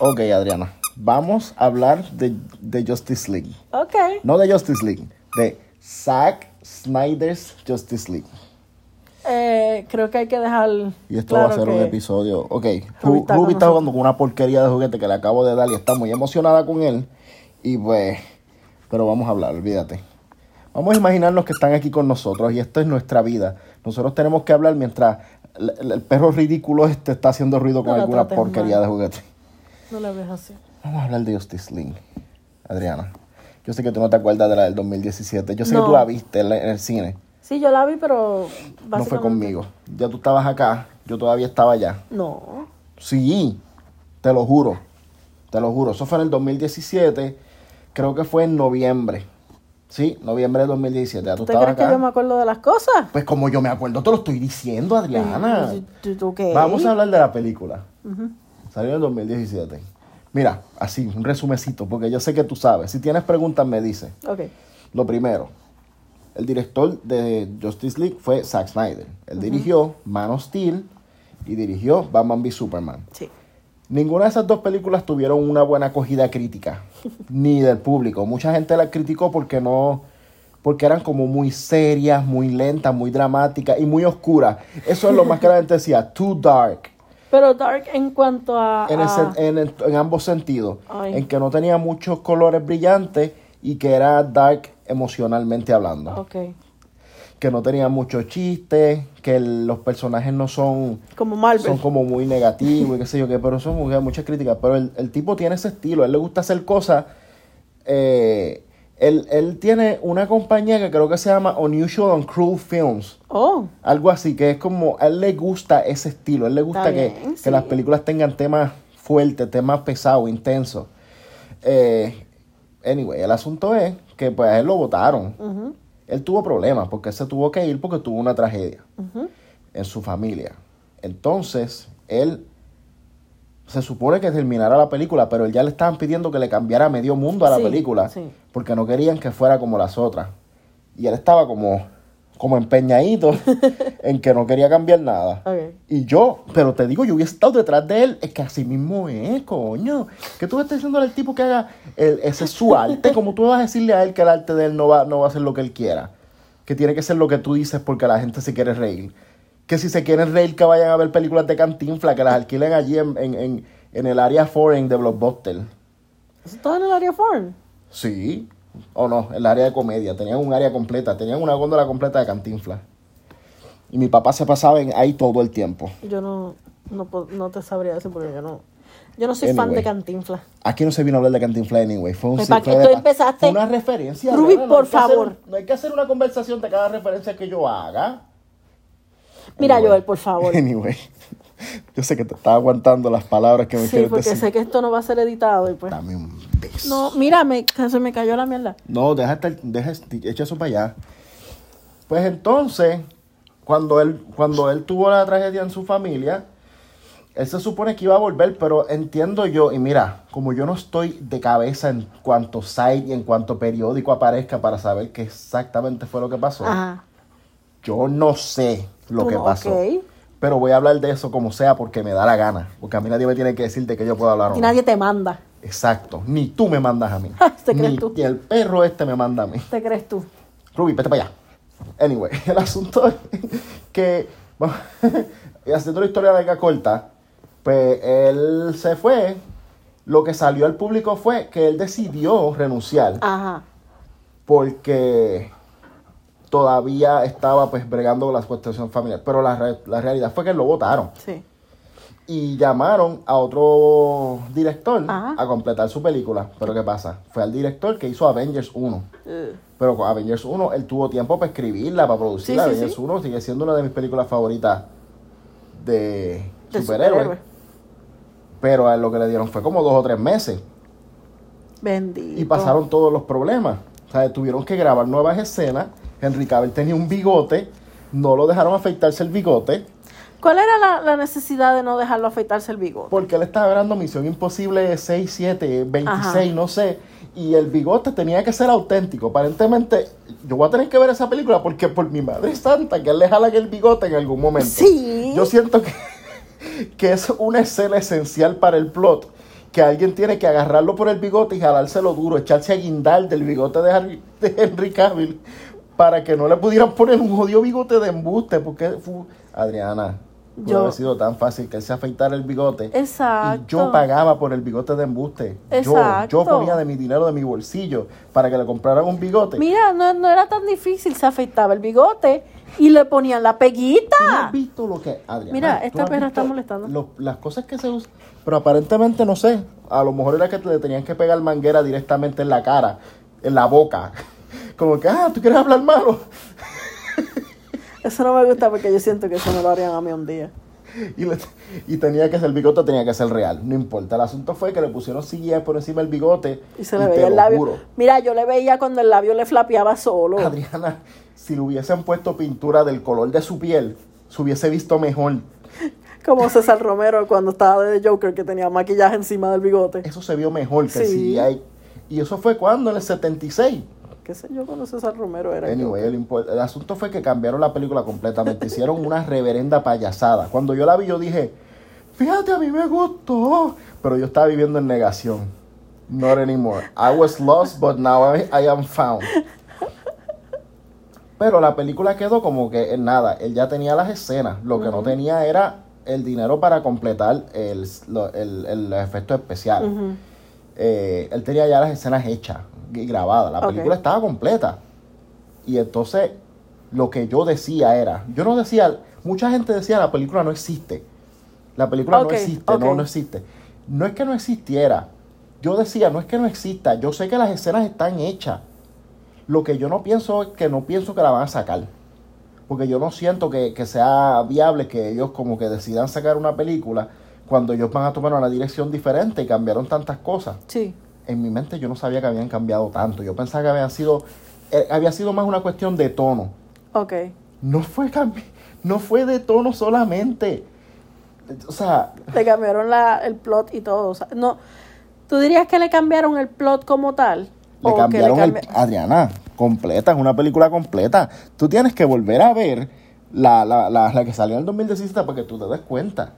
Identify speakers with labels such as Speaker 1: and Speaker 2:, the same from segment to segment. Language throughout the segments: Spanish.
Speaker 1: Ok, Adriana. Vamos a hablar de, de Justice League.
Speaker 2: Ok.
Speaker 1: No de Justice League, de Zack Snyder's Justice League.
Speaker 2: Eh, creo que hay que dejar.
Speaker 1: Y esto
Speaker 2: claro
Speaker 1: va a ser
Speaker 2: que-
Speaker 1: un episodio. Ok, Ru-
Speaker 2: Ruby
Speaker 1: Ruby, está,
Speaker 2: está con nosotros.
Speaker 1: jugando con una porquería de juguete que le acabo de dar y está muy emocionada con él. Y pues, pero vamos a hablar, olvídate. Vamos a imaginarnos que están aquí con nosotros y esto es nuestra vida. Nosotros tenemos que hablar mientras el, el- el perro ridículo este está haciendo ruido con
Speaker 2: No lo
Speaker 1: alguna
Speaker 2: trates
Speaker 1: porquería
Speaker 2: mal.
Speaker 1: de juguete.
Speaker 2: No la ves así.
Speaker 1: Vamos a hablar de Justice League, Adriana. Yo sé que tú no te acuerdas de la del 2017. Yo sé
Speaker 2: No.
Speaker 1: que tú la viste en la- en el cine.
Speaker 2: Sí, yo la vi,
Speaker 1: No
Speaker 2: pero.
Speaker 1: fue
Speaker 2: básicamente-
Speaker 1: conmigo. Ya tú estabas acá, yo todavía estaba allá.
Speaker 2: No.
Speaker 1: Sí, te lo juro. Te lo juro. Eso fue en el 2017. Creo que fue en noviembre. Sí, noviembre de 2017. Ya tú
Speaker 2: ¿Tú te
Speaker 1: estabas
Speaker 2: crees
Speaker 1: acá.
Speaker 2: que yo me acuerdo de las cosas? Pues,
Speaker 1: Pues como yo me acuerdo, te lo estoy diciendo, Adriana.
Speaker 2: ¿Tú, tú qué?
Speaker 1: Vamos a hablar de la película. Salió en el 2017. Mira, así, un resumecito, porque yo sé que tú sabes. Si tienes preguntas, me dices.
Speaker 2: Ok.
Speaker 1: Lo primero, el director de Justice League fue Zack Snyder. Él dirigió Man of Steel y dirigió Batman v Superman.
Speaker 2: Sí.
Speaker 1: Ninguna de esas dos películas tuvieron una buena acogida crítica, ni del público. Mucha gente la criticó porque no, porque eran como muy serias, muy lentas, muy dramáticas y muy oscuras. Eso es lo más que la gente decía, too dark.
Speaker 2: Pero Dark en cuanto a.
Speaker 1: En, el eh.
Speaker 2: a-
Speaker 1: sen- en el- en ambos sentidos,
Speaker 2: Ah, Ay.
Speaker 1: en que no tenía muchos colores brillantes y que era dark emocionalmente hablando,
Speaker 2: Ok.
Speaker 1: que no tenía muchos chistes, que el- los personajes no son
Speaker 2: Como Marvel.
Speaker 1: son como muy negativos y qué sé yo qué, pero son muy- muchas críticas. Pero el, el tipo tiene ese estilo, a él le gusta hacer cosas. eh, él, él tiene una compañía que creo que se llama Unusual and Cruel Films,
Speaker 2: Oh.
Speaker 1: algo así, que es como, a él le gusta ese estilo, a él le gusta
Speaker 2: Está
Speaker 1: que,
Speaker 2: bien,
Speaker 1: que
Speaker 2: sí.
Speaker 1: las películas tengan temas fuertes, temas pesados, intensos. Eh, anyway, el asunto es que pues a él lo votaron.
Speaker 2: ujú,
Speaker 1: Él tuvo problemas porque él se tuvo que ir porque tuvo una tragedia
Speaker 2: ujú.
Speaker 1: en su familia. Entonces, él se supone que terminara la película, pero él ya le estaban pidiendo que le cambiara medio mundo a la
Speaker 2: Sí,
Speaker 1: película,
Speaker 2: sí.
Speaker 1: porque no querían que fuera como las otras. Y él estaba como, como empeñadito en que no quería cambiar nada.
Speaker 2: Ok.
Speaker 1: Y yo, pero te digo, yo hubiese estado detrás de él, es que así mismo es, coño. Que tú le estás diciendo al tipo que haga el, ese es su arte, como tú vas a decirle a él que el arte de él no va, no va a ser lo que él quiera. Que tiene que ser lo que tú dices porque la gente se quiere reír. Que si se quieren reír, que vayan a ver películas de cantinfla, que las alquilen allí en, en, en, en el área foreign de Blockbuster.
Speaker 2: Eso estaba en el área foreign.
Speaker 1: Sí, o no, el área de comedia. Tenían un área completa, tenían una góndola completa de cantinfla. Y mi papá se pasaba en ahí todo el tiempo.
Speaker 2: Yo no, no, po- no te sabría decir porque yo no. Yo no soy fan de
Speaker 1: Anyway.
Speaker 2: Cantinfla.
Speaker 1: Aquí no se vino a hablar de Cantinfla anyway. Fue un
Speaker 2: Pues, ¿para
Speaker 1: fue
Speaker 2: qué
Speaker 1: de
Speaker 2: tú
Speaker 1: pa-
Speaker 2: empezaste?
Speaker 1: fue una referencia.
Speaker 2: Ruby,
Speaker 1: Adriana, no hay
Speaker 2: por
Speaker 1: que hacer-
Speaker 2: favor.
Speaker 1: no hay que hacer una conversación de cada referencia que yo haga.
Speaker 2: Mira,
Speaker 1: Anyway.
Speaker 2: Joel, por favor.
Speaker 1: Anyway. Yo sé que te estás aguantando las palabras que me
Speaker 2: Sí,
Speaker 1: quieres
Speaker 2: porque
Speaker 1: decir.
Speaker 2: sé que esto no va a ser editado y pues.
Speaker 1: Dame un beso.
Speaker 2: No, mira, me, se me cayó la mierda.
Speaker 1: No, deja, estar- deja este- echa eso para allá. Pues entonces, cuando él, cuando él tuvo la tragedia en su familia, él se supone que iba a volver, pero entiendo yo, y mira, como yo no estoy de cabeza en cuanto site y en cuanto periódico aparezca para saber qué exactamente fue lo que pasó,
Speaker 2: Ajá.
Speaker 1: yo no sé lo
Speaker 2: Tú
Speaker 1: que
Speaker 2: no-
Speaker 1: pasó.
Speaker 2: ok.
Speaker 1: Pero voy a hablar de eso como sea porque me da la gana. Porque a mí nadie me tiene que decir de que yo puedo hablar o
Speaker 2: Y
Speaker 1: no.
Speaker 2: nadie te manda.
Speaker 1: Exacto. Ni tú me mandas a mí.
Speaker 2: ¿Te crees
Speaker 1: ni,
Speaker 2: tú?
Speaker 1: ni el perro este me manda a mí.
Speaker 2: ¿Te crees tú?
Speaker 1: Ruby, vete para allá. Anyway, el asunto es que, bueno, haciendo una historia larga corta, pues él se fue. Lo que salió al público fue que él decidió renunciar
Speaker 2: Ajá.
Speaker 1: porque todavía estaba pues bregando con la situación familiar. Pero la, re- la realidad fue que lo votaron
Speaker 2: Sí.
Speaker 1: y llamaron a otro director
Speaker 2: Ajá.
Speaker 1: a completar su película. Pero ¿qué pasa? Fue al director que hizo Avengers 1.
Speaker 2: Eh,
Speaker 1: Pero con Avengers 1, él tuvo tiempo para escribirla, para producirla.
Speaker 2: Sí, sí,
Speaker 1: Avengers
Speaker 2: sí.
Speaker 1: 1 sigue siendo una de mis películas favoritas de,
Speaker 2: de
Speaker 1: superhéroes.
Speaker 2: superhéroe.
Speaker 1: Pero a él lo que le dieron fue como dos o tres meses.
Speaker 2: Bendito.
Speaker 1: Y pasaron todos los problemas. O sea, tuvieron que grabar nuevas escenas. Henry Cavill tenía un bigote. No lo dejaron afeitarse el bigote.
Speaker 2: ¿Cuál era la, la necesidad de no dejarlo afeitarse el bigote?
Speaker 1: Porque él estaba grabando Misión Imposible 6, 7, 26,
Speaker 2: Ajá.
Speaker 1: no sé. Y el bigote tenía que ser auténtico. Aparentemente, yo voy a tener que ver esa película porque por mi madre santa, que él le jala el bigote en algún momento.
Speaker 2: Sí.
Speaker 1: Yo siento que, que es una escena esencial para el plot. que alguien tiene que agarrarlo por el bigote y jalárselo duro, echarse a guindar del bigote de, Harry- de Henry Cavill para que no le pudieran poner un jodido bigote de embuste, porque fu- Adriana, yo
Speaker 2: Yo-
Speaker 1: ha sido tan fácil que él se afeitara el bigote.
Speaker 2: Exacto.
Speaker 1: Y yo pagaba por el bigote de embuste. Yo, yo
Speaker 2: Exacto.
Speaker 1: ponía de mi dinero, de mi bolsillo, para que le compraran un bigote.
Speaker 2: Mira, no, no era tan difícil, se afeitaba el bigote y le ponían la peguita.
Speaker 1: ¿Tú no has visto lo que Adriana,
Speaker 2: Mira,
Speaker 1: ¿tú
Speaker 2: esta
Speaker 1: has
Speaker 2: perra
Speaker 1: visto
Speaker 2: está molestando.
Speaker 1: lo- las cosas que se usan. Pero aparentemente no sé. A lo mejor era que te le tenían que pegar manguera directamente en la cara, en la boca. Como que, ah, tú quieres hablar malo.
Speaker 2: Eso no me gusta porque yo siento que eso me lo harían a mí un día.
Speaker 1: Y, le- y tenía que ser el bigote, tenía que ser real. No importa. El asunto fue que le pusieron CGI por encima del bigote.
Speaker 2: Y se le
Speaker 1: te
Speaker 2: veía el
Speaker 1: lo
Speaker 2: labio.
Speaker 1: juro,
Speaker 2: Mira, yo le veía cuando el labio le flapeaba solo.
Speaker 1: Adriana, si le hubiesen puesto pintura del color de su piel, se hubiese visto mejor.
Speaker 2: Como César Romero cuando estaba de Joker que tenía maquillaje encima del bigote.
Speaker 1: Eso se vio mejor que el
Speaker 2: Sí.
Speaker 1: CGI. Y eso fue cuando, en el 76.
Speaker 2: ¿Qué sé yo cuando César Romero era?
Speaker 1: Anyway, el, impo- el asunto fue que cambiaron la película completamente. Hicieron una reverenda payasada. Cuando yo la vi, yo dije, fíjate, a mí me gustó. Pero yo estaba viviendo en negación. Not anymore. I was lost, but now I, I am found. Pero la película quedó como que en nada. Él ya tenía las escenas. Lo que no tenía era el dinero para completar el, lo- el, el efecto especial.
Speaker 2: Ujú.
Speaker 1: Eh, él tenía ya las escenas hechas y grabadas. La
Speaker 2: Ok.
Speaker 1: película estaba completa. Y entonces lo que yo decía era, yo no decía, mucha gente decía la película no existe. La película no
Speaker 2: Ok,
Speaker 1: existe, no,
Speaker 2: ok.
Speaker 1: no existe. No es que no existiera. Yo decía, no es que no exista. Yo sé que las escenas están hechas. Lo que yo no pienso es que no pienso que la van a sacar. Porque yo no siento que, que sea viable que ellos como que decidan sacar una película cuando ellos van a tomar una dirección diferente y cambiaron tantas cosas
Speaker 2: Sí.
Speaker 1: en mi mente yo no sabía que habían cambiado tanto. Yo pensaba que había sido, eh, había sido más una cuestión de tono.
Speaker 2: Ok.
Speaker 1: No fue cambi- no fue de tono solamente. O sea,
Speaker 2: Le cambiaron la, el plot y todo. o sea, no, ¿Tú dirías que le cambiaron el plot como tal?
Speaker 1: le
Speaker 2: ¿O que
Speaker 1: cambiaron el-
Speaker 2: cambi-
Speaker 1: Adriana, completa, es una película completa. Tú tienes que volver a ver la, la, la, la que salió en el 2017 para que tú te des cuenta.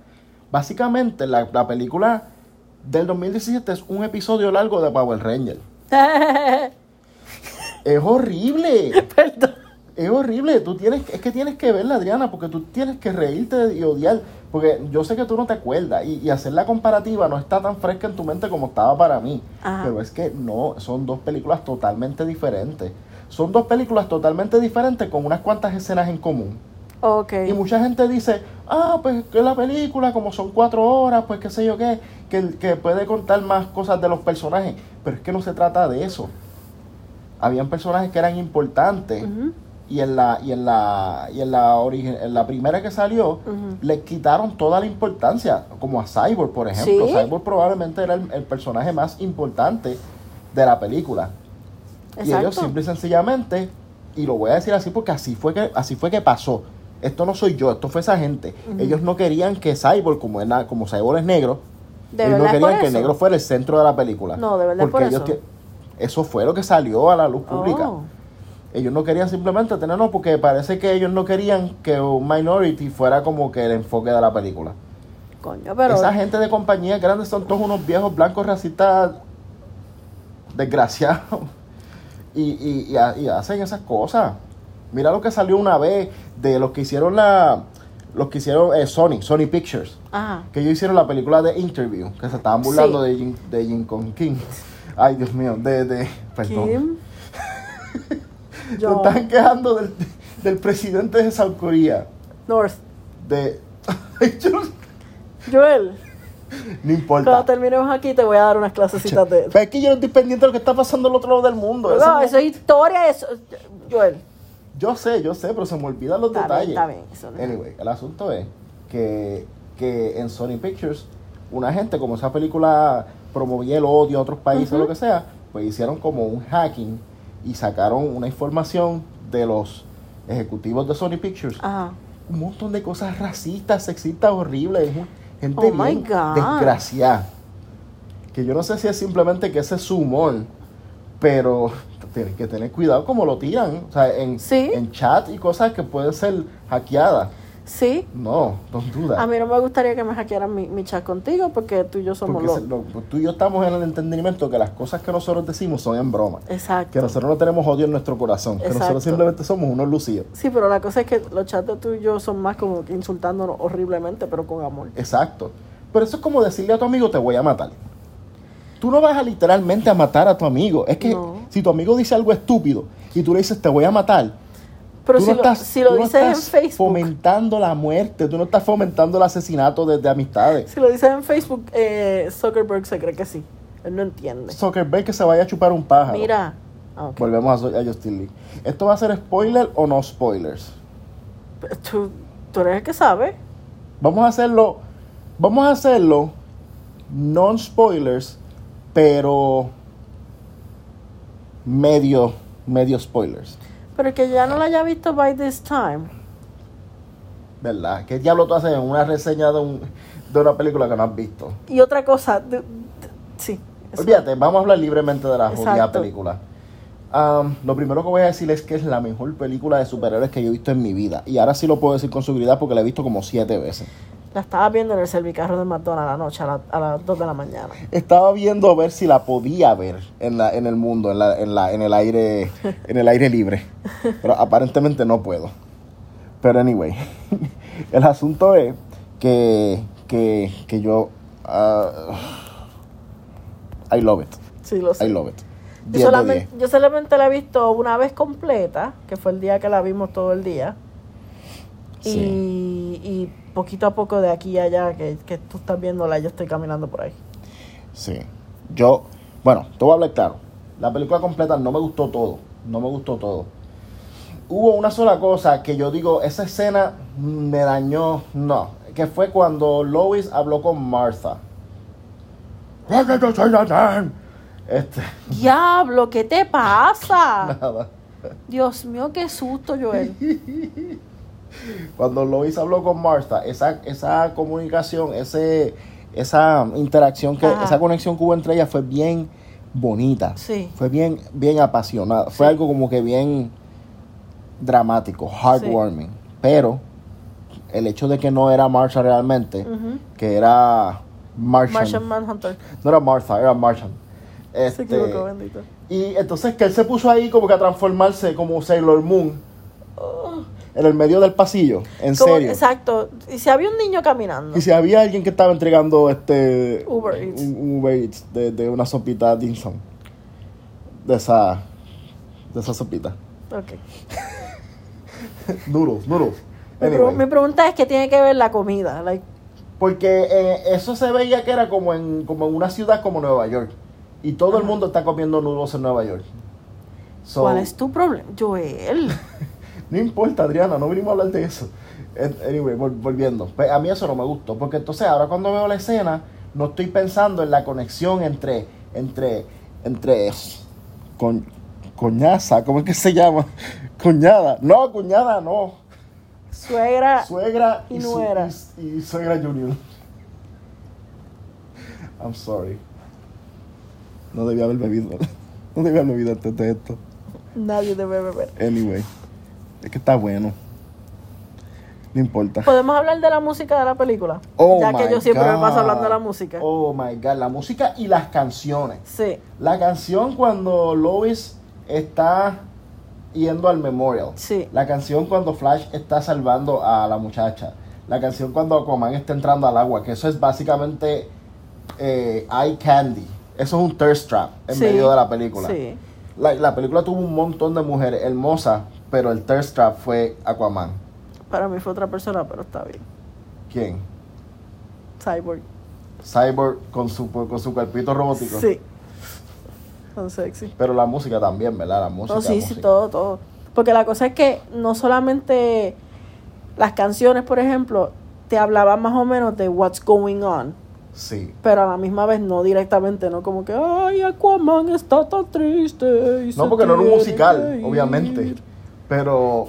Speaker 1: Básicamente, la, la película del 2017 es un episodio largo de Power Ranger. Es horrible.
Speaker 2: Perdón.
Speaker 1: Es horrible, tú tienes, es que tienes que verla, Adriana, porque tú tienes que reírte y odiar, porque yo sé que tú no te acuerdas, y, y hacer la comparativa no está tan fresca en tu mente como estaba para mí,
Speaker 2: Ajá.
Speaker 1: pero es que no, son dos películas totalmente diferentes, son dos películas totalmente diferentes con unas cuantas escenas en común,
Speaker 2: Ok.
Speaker 1: y mucha gente dice, ah, pues que la película, como son cuatro horas, pues qué sé yo qué, que, que puede contar más cosas de los personajes, pero es que no se trata de eso, habían personajes que eran importantes,
Speaker 2: Ujú.
Speaker 1: y en la y en la y en la origi- en la primera que salió
Speaker 2: Ujú.
Speaker 1: le quitaron toda la importancia como a Cyborg por ejemplo
Speaker 2: Sí.
Speaker 1: Cyborg probablemente era el, el personaje más importante de la película y ellos
Speaker 2: Exacto.
Speaker 1: simple y sencillamente y lo voy a decir así porque así fue que así fue que pasó esto no soy yo esto fue esa gente
Speaker 2: Ujú.
Speaker 1: ellos no querían que Cyborg como es na- como Cyborg es negro
Speaker 2: ¿De
Speaker 1: ellos no
Speaker 2: verdad es por
Speaker 1: querían que el
Speaker 2: eso?
Speaker 1: negro fuera el centro de la película
Speaker 2: No, de verdad es
Speaker 1: porque
Speaker 2: por
Speaker 1: ellos tie-
Speaker 2: eso.
Speaker 1: eso fue lo que salió a la luz pública
Speaker 2: Oh.
Speaker 1: ellos no querían simplemente tenerlo porque parece que ellos no querían que un Minority fuera como que el enfoque de la película.
Speaker 2: Coño, pero.
Speaker 1: Esa gente de compañías grandes son todos unos viejos blancos racistas desgraciados y, y- y ha- y hacen esas cosas. Mira lo que salió una vez de los que hicieron la los que hicieron eh, Sony, Sony Pictures,
Speaker 2: Ajá.
Speaker 1: que ellos hicieron la película de Interview, que se estaban burlando
Speaker 2: Sí.
Speaker 1: de Jim, de Jim Con King. Ay, Dios mío, de, de perdón.
Speaker 2: Kim.
Speaker 1: Se
Speaker 2: Yo.
Speaker 1: están quejando del, del presidente de South Korea.
Speaker 2: North.
Speaker 1: De. Yo no-
Speaker 2: Joel,
Speaker 1: no
Speaker 2: cuando
Speaker 1: importa.
Speaker 2: terminemos aquí te voy a dar unas clasecitas de.
Speaker 1: Pero es que yo no estoy pendiente de lo que está pasando al otro lado del mundo. Eso
Speaker 2: No,
Speaker 1: no-
Speaker 2: eso es historia, eso. Joel.
Speaker 1: Yo sé, yo sé, pero se me olvidan los
Speaker 2: Está bien,
Speaker 1: detalles.
Speaker 2: está bien, eso no es-
Speaker 1: Anyway, el asunto es que, que en Sony Pictures, una gente, como esa película promovía el odio a otros países o lo que sea, pues hicieron como un hacking y sacaron una información de los ejecutivos de Sony Pictures
Speaker 2: Ajá.
Speaker 1: un montón de cosas racistas, sexistas, horribles. Gente
Speaker 2: Oh, my
Speaker 1: bien
Speaker 2: God.
Speaker 1: desgraciada. Que yo no sé si es simplemente que ese es su humor, pero tienes que tener cuidado como lo tiran. O sea, en,
Speaker 2: Sí.
Speaker 1: en chat y cosas que pueden ser hackeadas.
Speaker 2: Sí.
Speaker 1: No, don't do that.
Speaker 2: A mí no me gustaría que me hackearan mi, mi chat contigo porque tú y yo somos
Speaker 1: Porque
Speaker 2: los.
Speaker 1: se- lo- tú y yo estamos en el entendimiento que las cosas que nosotros decimos son en broma. Que
Speaker 2: Exacto.
Speaker 1: nosotros no tenemos odio en nuestro corazón. Que
Speaker 2: Exacto.
Speaker 1: nosotros simplemente somos unos lucidos.
Speaker 2: Sí, pero la cosa es que los chats de tú y yo son más como que insultándonos horriblemente, pero con amor.
Speaker 1: Exacto. Pero eso es como decirle a tu amigo, te voy a matar. Tú no vas a literalmente a matar a tu amigo. Es que
Speaker 2: No.
Speaker 1: si tu amigo dice algo estúpido y tú le dices, te voy a matar,
Speaker 2: Pero
Speaker 1: tú
Speaker 2: si,
Speaker 1: no
Speaker 2: lo,
Speaker 1: estás,
Speaker 2: si lo
Speaker 1: tú no
Speaker 2: dices en
Speaker 1: estás
Speaker 2: Facebook,
Speaker 1: fomentando la muerte, tú no estás fomentando el asesinato de, de amistades.
Speaker 2: si lo dices en Facebook, eh, Zuckerberg se cree que sí. Él no entiende.
Speaker 1: Zuckerberg que se vaya a chupar un pájaro.
Speaker 2: Mira. Ah, ok.
Speaker 1: Volvemos a, a Justin Lee. ¿Esto va a ser spoiler o no spoilers?
Speaker 2: Pues Tú, tú eres el que sabe.
Speaker 1: Vamos a hacerlo. Vamos a hacerlo. Non spoilers. Pero. Medio. Medio spoilers.
Speaker 2: Pero que ya no la haya visto by this time.
Speaker 1: ¿Verdad? ¿Qué diablo tú haces en una reseña de, un- de una película que no has visto?
Speaker 2: Y otra cosa, d- d- sí. eso.
Speaker 1: Olvídate, vamos a hablar libremente de la jodida
Speaker 2: Exacto.
Speaker 1: película. Am, lo primero que voy a decir es que es la mejor película de superhéroes que yo he visto en mi vida. Y ahora sí lo puedo decir con seguridad porque la he visto como siete veces.
Speaker 2: La estaba viendo en el servicarro de McDonald's anoche a, la- a las 2 de la mañana.
Speaker 1: Estaba viendo a ver si la podía ver en, la, en el mundo, en, la, en, la, en, el aire, en el aire libre. Pero aparentemente no puedo. Pero anyway, el asunto es que, que, que yo... ah, I love it.
Speaker 2: Sí, lo sé.
Speaker 1: I love it. 10
Speaker 2: yo,
Speaker 1: de 10.
Speaker 2: solamente, yo solamente la he visto una vez completa, que fue el día que la vimos todo el día. Y, y poquito a poco de aquí a allá que, que tú estás viéndola, yo estoy caminando por ahí.
Speaker 1: Sí. Yo, bueno, te voy a hablar claro. La película completa no me gustó todo. No me gustó todo. Hubo una sola cosa que yo digo, esa escena me dañó. No. Que fue cuando Lois habló con Martha. Este,
Speaker 2: Diablo, ¿qué te pasa?
Speaker 1: nada.
Speaker 2: Dios mío, qué susto, Joel.
Speaker 1: Cuando Lois habló con Martha, esa, esa comunicación, ese, esa interacción, que,
Speaker 2: Ajá.
Speaker 1: esa conexión que hubo entre ellas fue bien bonita.
Speaker 2: Sí.
Speaker 1: Fue bien, bien apasionada. Fue
Speaker 2: Sí.
Speaker 1: algo como que bien dramático, heartwarming. Pero el hecho de que no era Martha realmente,
Speaker 2: Ujú.
Speaker 1: que era Martian.
Speaker 2: Martian Manhunter.
Speaker 1: No era Martha, era Martian. Este,
Speaker 2: Se equivocó, bendito.
Speaker 1: y entonces que él se puso ahí como que a transformarse como Sailor Moon
Speaker 2: Oh.
Speaker 1: en el medio del pasillo, en
Speaker 2: Como-
Speaker 1: serio.
Speaker 2: Exacto. Y si había un niño caminando.
Speaker 1: Y si había alguien que estaba entregando este
Speaker 2: Uber Eats.
Speaker 1: un- un Uber Eats de, de una sopita dim sum. De esa de esa sopita.
Speaker 2: Ok.
Speaker 1: Noodles, noodles.
Speaker 2: Mi,
Speaker 1: Anyway,
Speaker 2: pro- mi pregunta es qué tiene que ver la comida. Like,
Speaker 1: porque eh, eso se veía que era como en, como en una ciudad como Nueva York. Y todo el
Speaker 2: Ajá.
Speaker 1: mundo está comiendo noodles en Nueva York. So,
Speaker 2: ¿Cuál es tu problema? Joel.
Speaker 1: No importa, Adriana, no vinimos a hablar de eso. Eh, Anyway, vol- volviendo. Pues a mí eso no me gustó, porque entonces ahora cuando veo la escena, no estoy pensando en la conexión entre, entre, entre, con, coñaza, ¿cómo es que se llama? Cuñada. No, cuñada, no.
Speaker 2: Suegra.
Speaker 1: Suegra
Speaker 2: Ah, y
Speaker 1: y, su-
Speaker 2: nuera.
Speaker 1: y- y suegra junior. I'm sorry. No debía haber bebido. No debía haber bebido antes de esto.
Speaker 2: Nadie debe beber.
Speaker 1: Anyway, es que está bueno. No importa.
Speaker 2: ¿Podemos hablar de la música de la película?
Speaker 1: Oh
Speaker 2: ya que
Speaker 1: my
Speaker 2: yo siempre me paso
Speaker 1: God.
Speaker 2: hablando de la música.
Speaker 1: Oh my god, la música y las canciones.
Speaker 2: Sí.
Speaker 1: La canción cuando Lois está yendo al memorial.
Speaker 2: Sí.
Speaker 1: La canción cuando Flash está salvando a la muchacha. La canción cuando Aquaman está entrando al agua, que eso es básicamente eh, eye candy. Eso es un thirst trap en
Speaker 2: Sí.
Speaker 1: medio de la película.
Speaker 2: Sí.
Speaker 1: La, la película tuvo un montón de mujeres hermosas, pero el thirst trap fue Aquaman.
Speaker 2: Para mí fue otra persona, pero está bien.
Speaker 1: ¿Quién?
Speaker 2: Cyborg.
Speaker 1: Cyborg con su, con su cuerpito robótico.
Speaker 2: Sí. Tan sexy.
Speaker 1: Pero la música también, ¿verdad? La música.
Speaker 2: No, sí,
Speaker 1: música.
Speaker 2: sí, todo, todo. Porque la cosa es que no solamente las canciones, por ejemplo, te hablaban más o menos de what's going on,
Speaker 1: Sí.
Speaker 2: pero a la misma vez no directamente, no como que, ay, Aquaman está tan triste. y se
Speaker 1: No, porque no era un
Speaker 2: quiere
Speaker 1: musical,
Speaker 2: ir
Speaker 1: obviamente. Pero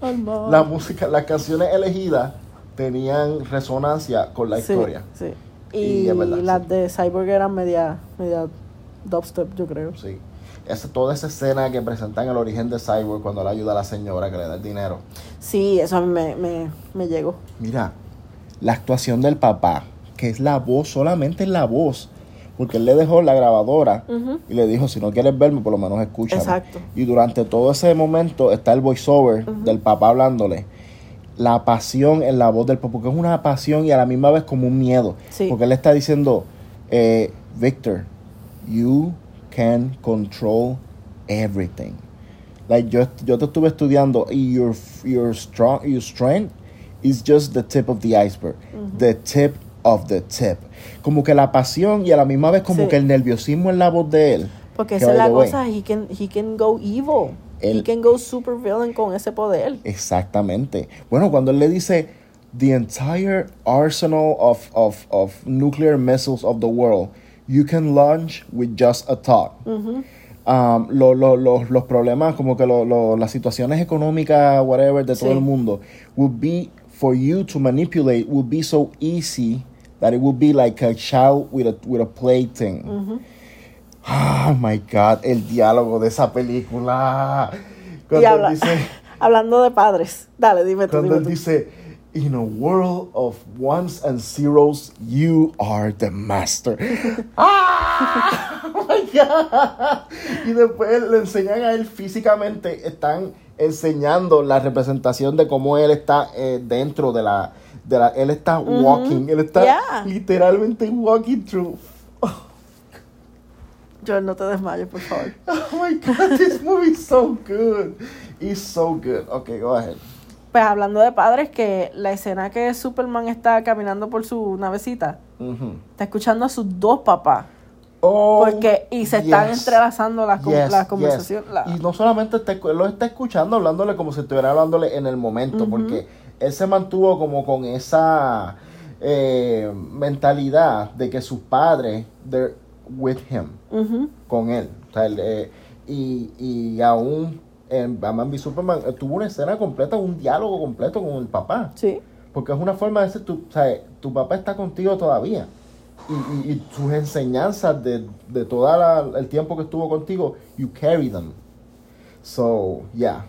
Speaker 2: al mar".
Speaker 1: la música, las canciones elegidas tenían resonancia con la
Speaker 2: Sí,
Speaker 1: historia.
Speaker 2: Sí.
Speaker 1: Y
Speaker 2: Y,
Speaker 1: es verdad,
Speaker 2: las
Speaker 1: sí.
Speaker 2: de Cyborg eran media, media dubstep, yo creo.
Speaker 1: Sí. esa- toda esa escena que presentan el origen de Cyborg cuando le ayuda a la señora que le da el dinero.
Speaker 2: Sí, eso a mí me, me, me llegó.
Speaker 1: Mira, la actuación del papá, que es la voz, solamente es la voz. Porque él le dejó la grabadora
Speaker 2: Ujú.
Speaker 1: y le dijo, si no quieres verme, por lo menos escúchame.
Speaker 2: Exacto.
Speaker 1: Y durante todo ese momento está el voiceover del papá hablándole. La pasión en la voz del papá, porque es una pasión y a la misma vez como un miedo.
Speaker 2: Sí.
Speaker 1: Porque él le está diciendo, eh, Victor, you can control everything. Like yo, est- yo te estuve estudiando y your, your, strong, your strength is just the tip of the iceberg. The tip of the tip. Como que la pasión y a la misma vez como
Speaker 2: Sí.
Speaker 1: que el nerviosismo en la voz de él. Que,
Speaker 2: Porque esa
Speaker 1: by
Speaker 2: es la
Speaker 1: the way,
Speaker 2: cosa, he can, he can go evil.
Speaker 1: El-
Speaker 2: He can go super villain con ese poder.
Speaker 1: Exactamente. Bueno, cuando él le dice the entire arsenal of, of, of nuclear missiles of the world, you can launch with just a thought. Um, lo- lo- lo- los problemas, como que lo- lo- las situaciones económicas, whatever, de todo
Speaker 2: Sí.
Speaker 1: el mundo, would be for you to manipulate, would be so easy that it would be like a child with a, with a plaything. Oh my God, el diálogo de esa película.
Speaker 2: Y
Speaker 1: Cuando él
Speaker 2: habla-
Speaker 1: dice-
Speaker 2: hablando de padres. Dale, dime tú,
Speaker 1: cuando
Speaker 2: dime
Speaker 1: él
Speaker 2: tú.
Speaker 1: dice, in a world of ones and zeros, you are the master. ¡Ah! Oh my God. Y después le enseñan a él físicamente, están enseñando la representación de cómo él está eh, dentro de la, de la... Él está walking, él está
Speaker 2: Yeah.
Speaker 1: literalmente walking through.
Speaker 2: Yo no te desmayes, por favor.
Speaker 1: Oh my God, this movie is so good. It's so good. Okay, go ahead.
Speaker 2: Pues hablando de padres, que la escena que Superman está caminando por su navecita,
Speaker 1: Ujú.
Speaker 2: está escuchando a sus dos papás.
Speaker 1: Oh,
Speaker 2: Porque, y se están
Speaker 1: yes.
Speaker 2: entrelazando las, con-
Speaker 1: Yes,
Speaker 2: las
Speaker 1: yes.
Speaker 2: conversaciones. la-
Speaker 1: Y no solamente te escu- lo está escuchando, hablándole como si estuviera hablándole en el momento, porque él se mantuvo como con esa eh, mentalidad de que sus padres, they're with him,
Speaker 2: Ujú.
Speaker 1: con él. O sea, él, eh, y, y aún en Batman v Superman eh, tuvo una escena completa, un diálogo completo con el papá.
Speaker 2: Sí.
Speaker 1: Porque es una forma de decir, tu, o sea, tu papá está contigo todavía. Y, y, y sus enseñanzas de, de todo el tiempo que estuvo contigo, you carry them. So, yeah.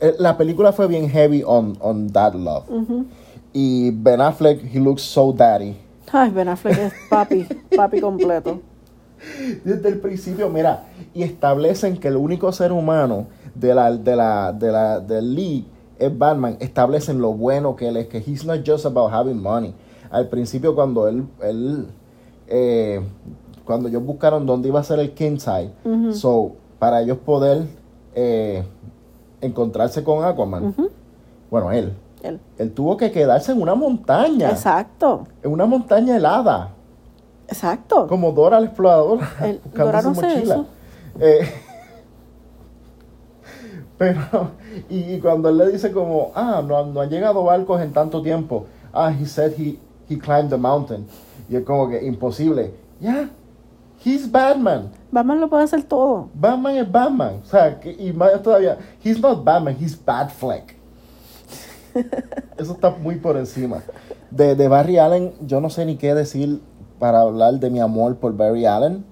Speaker 1: Eh, La película fue bien heavy on, on that love.
Speaker 2: Ujú.
Speaker 1: Y Ben Affleck, he looks so daddy.
Speaker 2: Ay, Ben Affleck es papi, papi completo.
Speaker 1: Desde el principio, mira, y establecen que el único ser humano de la, de la, de la, del League es Batman. Establecen lo bueno que él es, que he's not just about having money. Al principio, cuando él, él eh, cuando ellos buscaron dónde iba a ser el King Side,
Speaker 2: Ujú.
Speaker 1: so, para ellos poder eh, encontrarse con Aquaman,
Speaker 2: Ujú.
Speaker 1: bueno, él,
Speaker 2: Él.
Speaker 1: él tuvo que quedarse en una montaña,
Speaker 2: Exacto,
Speaker 1: en una montaña helada.
Speaker 2: exacto.
Speaker 1: Como Dora la exploradora.
Speaker 2: El-
Speaker 1: buscando
Speaker 2: Dora
Speaker 1: su
Speaker 2: no hace
Speaker 1: mochila.
Speaker 2: eso.
Speaker 1: Eh, pero, y, y cuando él le dice como, ah, no, han- no han llegado barcos en tanto tiempo. Ah, he said he, he climbed the mountain. Y es como que imposible. Yeah, he's Batman.
Speaker 2: Batman lo puede hacer todo.
Speaker 1: Batman es Batman. O sea, que- y más todavía, he's not Batman, he's Batfleck. Eso está muy por encima. De, de Barry Allen, yo no sé ni qué decir para hablar de mi amor por Barry Allen.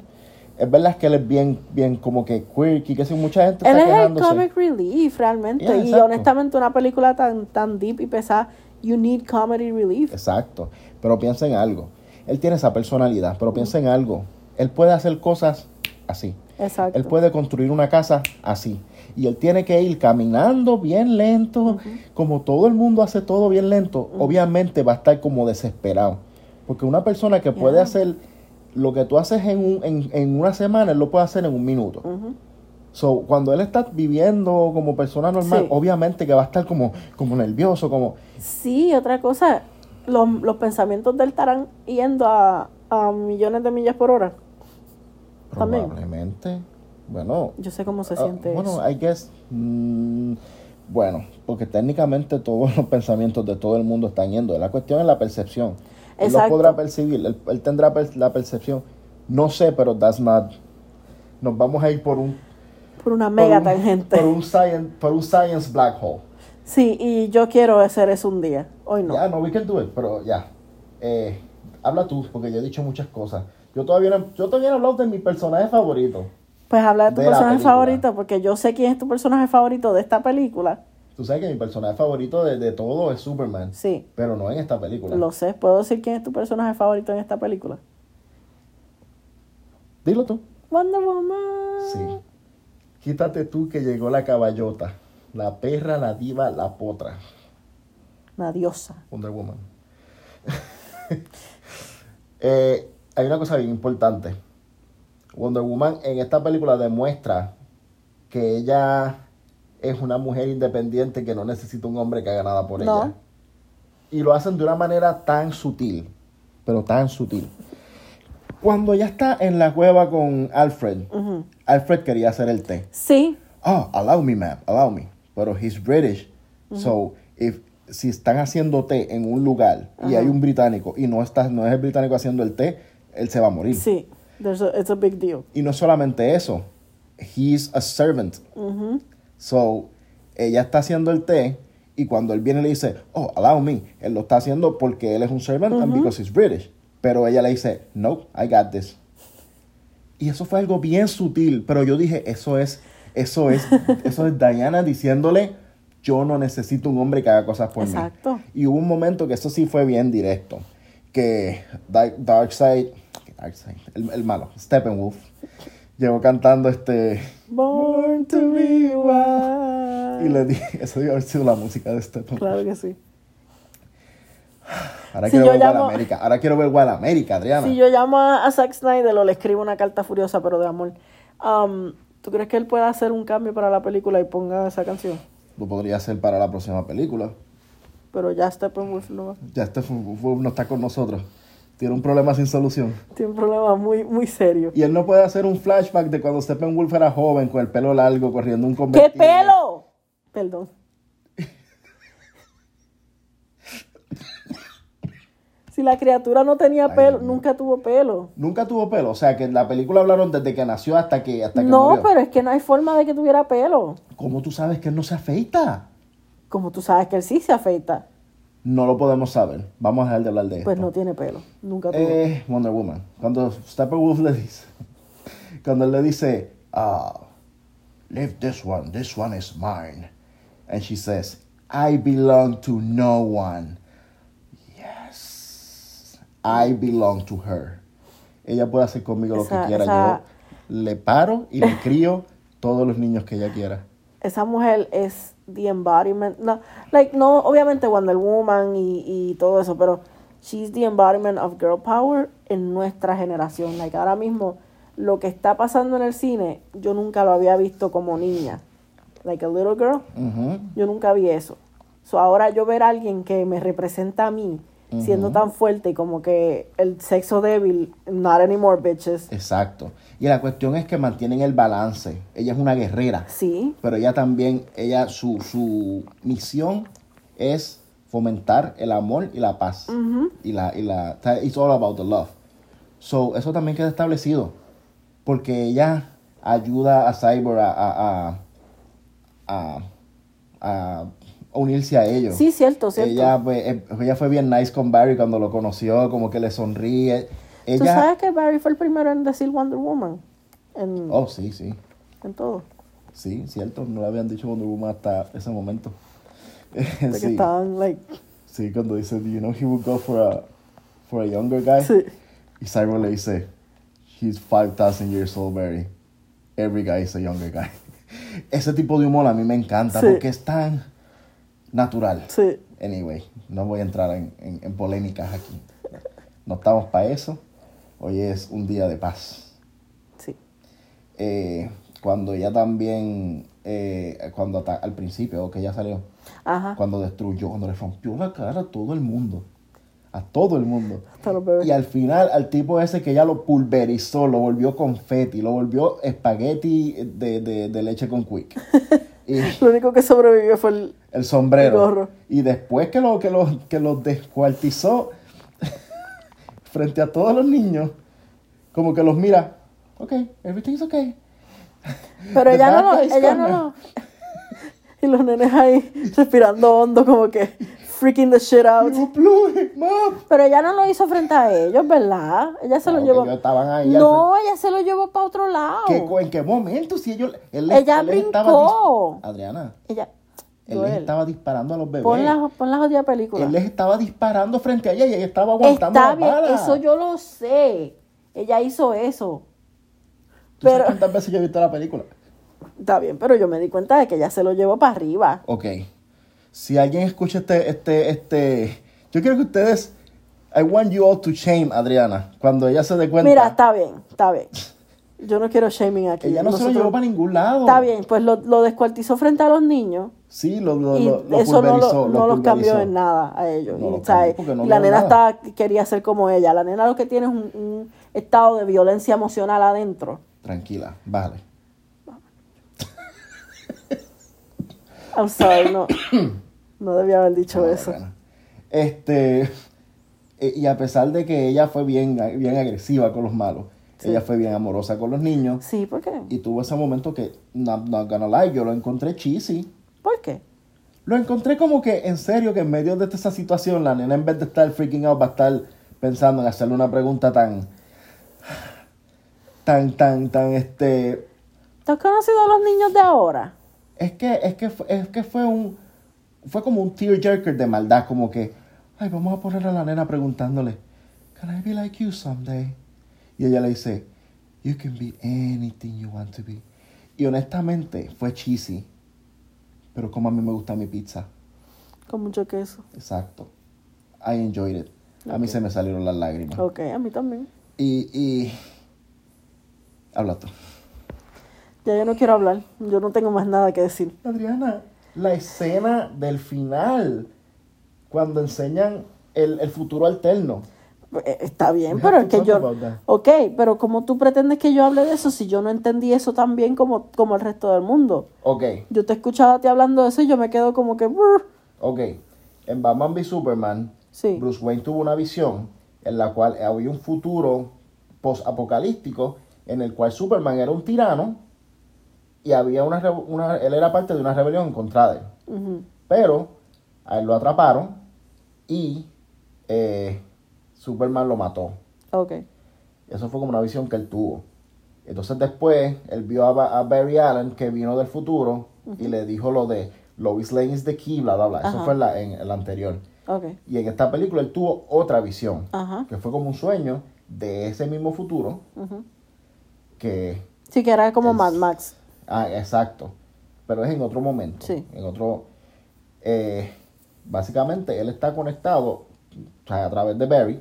Speaker 1: Es verdad que él es bien, bien como que quirky, que si mucha gente
Speaker 2: Él
Speaker 1: está
Speaker 2: es el
Speaker 1: quejándose.
Speaker 2: comic relief, realmente.
Speaker 1: Yeah,
Speaker 2: y
Speaker 1: exacto.
Speaker 2: honestamente, una película tan, tan deep y pesada, you need comedy relief.
Speaker 1: Exacto. Pero piensa en algo. Él tiene esa personalidad, pero piensa en algo. Él puede hacer cosas así.
Speaker 2: Exacto.
Speaker 1: Él puede construir una casa así. Y él tiene que ir caminando bien lento. Como todo el mundo hace todo bien lento, obviamente va a estar como desesperado. Porque una persona que puede
Speaker 2: Yeah.
Speaker 1: hacer lo que tú haces en, un- en, en una semana, él lo puede hacer en un minuto.
Speaker 2: Ujú.
Speaker 1: So, cuando él está viviendo como persona normal,
Speaker 2: Sí.
Speaker 1: obviamente que va a estar como, como nervioso, como...
Speaker 2: Sí, otra cosa, los, los pensamientos del estarán yendo a, a millones de millas por hora. También.
Speaker 1: Probablemente. Bueno,
Speaker 2: Yo sé cómo se
Speaker 1: Ah,
Speaker 2: siente
Speaker 1: bueno,
Speaker 2: eso.
Speaker 1: I guess. mm, bueno, porque técnicamente todos los pensamientos de todo el mundo están yendo. La cuestión es la percepción. Él lo
Speaker 2: Exacto.
Speaker 1: podrá percibir, él, él tendrá per- la percepción. No sé, pero that's not. Nos vamos a ir por un.
Speaker 2: por una mega
Speaker 1: eh, por un-
Speaker 2: tangente.
Speaker 1: Por un, science, por un science black hole.
Speaker 2: Sí, y yo quiero hacer eso un día. Hoy no.
Speaker 1: Ya, no, we can do it, pero ya. Eh, habla tú, porque yo he dicho muchas cosas. Yo todavía, no- yo todavía no he hablado de mi personaje favorito.
Speaker 2: Pues habla de tu
Speaker 1: De la
Speaker 2: personaje
Speaker 1: película.
Speaker 2: favorito, porque yo sé quién es tu personaje favorito de esta película.
Speaker 1: Tú sabes que mi personaje favorito de, de todo es Superman.
Speaker 2: Sí,
Speaker 1: Pero no en esta película.
Speaker 2: lo sé. ¿Puedo decir quién es tu personaje favorito en esta película?
Speaker 1: Dilo tú.
Speaker 2: Wonder Woman.
Speaker 1: Sí. Quítate tú que llegó la caballota. La perra, la diva, la potra.
Speaker 2: Una diosa.
Speaker 1: Wonder Woman. Eh, hay una cosa bien importante. Wonder Woman en esta película demuestra que ella es una mujer independiente que no necesita un hombre que haga nada por
Speaker 2: No.
Speaker 1: ella. Y lo hacen de una manera tan sutil, pero tan sutil. Cuando ya está en la cueva con Alfred,
Speaker 2: Ujú.
Speaker 1: Alfred quería hacer el té.
Speaker 2: Sí,
Speaker 1: Ah, allow me, ma'am, allow me. Pero he's British. So, if, si están haciendo té en un lugar y hay un británico y no, está, no es el británico haciendo el té, él se va a morir.
Speaker 2: sí. There's a- it's a big deal.
Speaker 1: Y no solamente eso, he's a servant.
Speaker 2: Ujú.
Speaker 1: So, ella está haciendo el té y cuando él viene le dice, oh, allow me. Él lo está haciendo porque él es un servant and because he's British. Pero ella le dice, no, I got this. Y eso fue algo bien sutil, pero yo dije, eso es, eso es, eso es Diana diciéndole, yo no necesito un hombre que haga cosas por mí.
Speaker 2: Exacto.
Speaker 1: Y hubo un momento que eso sí fue bien directo, que Dark- Darkseid, Darkseid el, el malo, Steppenwolf, llegó cantando este...
Speaker 2: Born to be wild.
Speaker 1: Y le dije, eso debió haber sido la música de este Stephen.
Speaker 2: Claro que sí.
Speaker 1: Ahora
Speaker 2: Si
Speaker 1: quiero
Speaker 2: yo
Speaker 1: ver
Speaker 2: llamo-
Speaker 1: Wild América. Ahora quiero ver Wild América, Adriana.
Speaker 2: Si yo llamo a, a Zack Snyder o le escribo una carta furiosa, pero de amor, um, ¿tú crees que él pueda hacer un cambio para la película y ponga esa canción?
Speaker 1: Lo podría hacer para la próxima película.
Speaker 2: Pero ya Steppenwolf no va.
Speaker 1: Ya Stephen Wolf no está con nosotros. Tiene un problema sin solución.
Speaker 2: Tiene un problema muy, muy serio.
Speaker 1: Y él no puede hacer un flashback de cuando Stephen Wolf era joven, con el pelo largo, corriendo un
Speaker 2: ¡Qué
Speaker 1: convertible.
Speaker 2: pelo! Perdón. Si la criatura no tenía pelo, nunca tuvo pelo.
Speaker 1: Nunca tuvo pelo. O sea, que en la película hablaron desde que nació hasta que, hasta que
Speaker 2: No,
Speaker 1: murió.
Speaker 2: pero es que no hay forma de que tuviera pelo.
Speaker 1: ¿Cómo tú sabes que él no se afeita?
Speaker 2: Como tú sabes que él sí se afeita,
Speaker 1: No lo podemos saber. Vamos a dejar de hablar de esto.
Speaker 2: pues no tiene pelo. Nunca tuvo.
Speaker 1: Eh, Wonder Woman. Cuando Steppenwolf le dice, cuando él le dice, ah, leave this one, this one is mine. And she says, I belong to no one. Yes, I belong to her. Ella puede hacer conmigo lo
Speaker 2: Esa-
Speaker 1: que quiera.
Speaker 2: esa-
Speaker 1: Yo le paro y le crío todos los niños que ella quiera.
Speaker 2: Esa mujer es the embodiment. No, like, no, obviamente Wonder Woman y, y todo eso, pero she's the embodiment of girl power en nuestra generación. Like, ahora mismo, lo que está pasando en el cine, yo nunca lo había visto como niña. Like a little girl.
Speaker 1: Ujú.
Speaker 2: Yo nunca vi eso. So, ahora yo ver a alguien que me representa a mí siendo tan fuerte y como que el sexo débil, not anymore, bitches.
Speaker 1: Exacto. Y la cuestión es que mantienen el balance. Ella es una guerrera.
Speaker 2: Sí,
Speaker 1: pero ella también, ella, su, su misión es fomentar el amor y la paz. Y la, y la, o sea, it's all about the love. So, eso también queda establecido, porque ella ayuda a Cyborg a, a, a, a- a unirse a ellos.
Speaker 2: sí, cierto, cierto.
Speaker 1: Ella, pues, eh, ella fue bien nice con Barry cuando lo conoció, como que le sonríe.
Speaker 2: ¿Tú
Speaker 1: Ella,
Speaker 2: sabes que Barry fue el primero en decir Wonder Woman? En,
Speaker 1: oh, sí, sí.
Speaker 2: en todo.
Speaker 1: Sí, cierto, no le habían dicho Wonder Woman hasta ese momento.
Speaker 2: De que
Speaker 1: Sí,
Speaker 2: estaban, like,
Speaker 1: sí, cuando dice, Do you know he would go for a, for a younger guy?
Speaker 2: sí.
Speaker 1: Y Cyborg le dice, He's 5,000 years old, Barry. Every guy is a younger guy. Ese tipo de humor a mí me encanta
Speaker 2: Sí.
Speaker 1: porque es tan natural.
Speaker 2: Sí.
Speaker 1: Anyway, no voy a entrar en, en- en polémicas aquí. No estamos para eso. Hoy es un día de paz.
Speaker 2: Sí.
Speaker 1: Eh, cuando ella también, eh, cuando ata- al principio, que ella salió,
Speaker 2: Ajá.
Speaker 1: cuando destruyó, cuando le rompió la cara a todo el mundo. A todo el mundo.
Speaker 2: Hasta los bebés.
Speaker 1: Y al final, al tipo ese que ya lo pulverizó, lo volvió confeti, lo volvió espagueti de, de- de leche con quick. Y
Speaker 2: Lo único que sobrevivió fue el.
Speaker 1: el sombrero.
Speaker 2: El gorro.
Speaker 1: Y después que lo, que lo, que lo descuartizó frente a todos los niños, como que los mira, ok, everything's okay.
Speaker 2: Pero
Speaker 1: The
Speaker 2: ella
Speaker 1: bad
Speaker 2: no lo.
Speaker 1: guy's
Speaker 2: Ella no
Speaker 1: gonna-
Speaker 2: lo. Y los nenes ahí respirando hondo, como que. freaking the shit out.
Speaker 1: You blew it, mom.
Speaker 2: Pero ella no lo hizo frente a ellos, ¿verdad? Ella se lo
Speaker 1: Claro que
Speaker 2: llevó.
Speaker 1: ellos estaban ahí al
Speaker 2: No, ella se lo llevó para otro lado.
Speaker 1: ¿Qué, co- ¿En qué momento? Si ellos, él les-
Speaker 2: Ella
Speaker 1: él les estaba
Speaker 2: brincó.
Speaker 1: dis- Adriana,
Speaker 2: Ella.
Speaker 1: él les
Speaker 2: Joel,
Speaker 1: estaba disparando a los bebés.
Speaker 2: pon la, pon la jodida película.
Speaker 1: Él les estaba disparando frente a ella y ella estaba aguantando
Speaker 2: Está
Speaker 1: las
Speaker 2: bien,
Speaker 1: balas.
Speaker 2: eso yo lo sé. Ella hizo eso.
Speaker 1: ¿Tú sabes
Speaker 2: pero-
Speaker 1: cuántas veces yo he visto la película?
Speaker 2: Está bien, pero yo me di cuenta de que ella se lo llevó para arriba.
Speaker 1: Ok. Si alguien escucha este, este, este... Yo quiero que ustedes... I want you all to shame, Adriana. Cuando ella se dé cuenta...
Speaker 2: Mira, está bien, está bien. Yo no quiero shaming aquí.
Speaker 1: ella no se lo
Speaker 2: Nosotros-
Speaker 1: llevó para ningún lado.
Speaker 2: Está bien, pues lo, lo descuartizó frente a los niños.
Speaker 1: Sí, lo, lo,
Speaker 2: y
Speaker 1: lo, lo
Speaker 2: eso no,
Speaker 1: pulverizó.
Speaker 2: lo-
Speaker 1: lo
Speaker 2: no los cambió
Speaker 1: pulverizó.
Speaker 2: en nada a ellos.
Speaker 1: No
Speaker 2: Y,
Speaker 1: los
Speaker 2: o sea,
Speaker 1: cambió porque no
Speaker 2: y la
Speaker 1: vieron
Speaker 2: nena
Speaker 1: nada.
Speaker 2: estaba- quería ser como ella. La nena lo que tiene es un, un estado de violencia emocional adentro.
Speaker 1: Tranquila, vale.
Speaker 2: I'm sorry, no. No debía haber dicho eso.
Speaker 1: Bueno, Este, e- y a pesar de que ella fue bien, bien agresiva con los malos,
Speaker 2: Sí.
Speaker 1: ella fue bien amorosa con los niños
Speaker 2: Sí, ¿por qué?
Speaker 1: y tuvo ese momento que, no not gonna lie, yo lo encontré cheesy.
Speaker 2: ¿Por qué?
Speaker 1: Lo encontré como que, en serio, que en medio de esta situación, la nena en vez de estar freaking out va a estar pensando en hacerle una pregunta tan, tan, tan, tan, este,
Speaker 2: ¿Tú has conocido a los niños de ahora?
Speaker 1: Es que, es que, fu- es que fue un, fue como un tearjerker de maldad, como que, ay, vamos a poner a la nena preguntándole, can I be like you someday? Y ella le dice, you can be anything you want to be. Y honestamente, fue cheesy, pero como a mí me gusta mi pizza.
Speaker 2: Con mucho queso.
Speaker 1: Exacto. I enjoyed it. A mí se me salieron las lágrimas.
Speaker 2: Ok, a mí también.
Speaker 1: Y, y, habla tú.
Speaker 2: Ya yo no quiero hablar. Yo no tengo más nada que decir.
Speaker 1: Adriana, la escena del final, cuando enseñan el, el futuro alterno.
Speaker 2: Eh, Está bien,
Speaker 1: We
Speaker 2: pero
Speaker 1: have
Speaker 2: es
Speaker 1: to talk
Speaker 2: que yo...
Speaker 1: about that.
Speaker 2: Ok, pero ¿cómo tú pretendes que yo hable de eso si yo no entendí eso tan bien como, como el resto del mundo?
Speaker 1: Ok,
Speaker 2: Yo te escuchaba a ti hablando de eso y yo me quedo como que... "Brr".
Speaker 1: ok. En Batman v Superman,
Speaker 2: Sí.
Speaker 1: Bruce Wayne tuvo una visión en la cual había un futuro post-apocalíptico en el cual Superman era un tirano y había una, revo- una- él era parte de una rebelión en contra de él.
Speaker 2: Ujú.
Speaker 1: Pero a él lo atraparon y eh, Superman lo mató.
Speaker 2: Ok.
Speaker 1: Eso fue como una visión que él tuvo. Entonces después, él vio a, Ba- a Barry Allen, que vino del futuro, y le dijo lo de Lois Lane is the key, bla, bla, bla. Eso
Speaker 2: Ajá.
Speaker 1: fue en la, en el anterior.
Speaker 2: Ok.
Speaker 1: Y en esta película él tuvo otra visión,
Speaker 2: Ajá.
Speaker 1: que fue como un sueño de ese mismo futuro,
Speaker 2: ujú.
Speaker 1: que,
Speaker 2: Sí, que era como
Speaker 1: Es-
Speaker 2: Mad Max.
Speaker 1: ah, exacto, pero es en otro momento.
Speaker 2: Sí.
Speaker 1: En otro, eh, básicamente él está conectado, o sea, a través de Barry,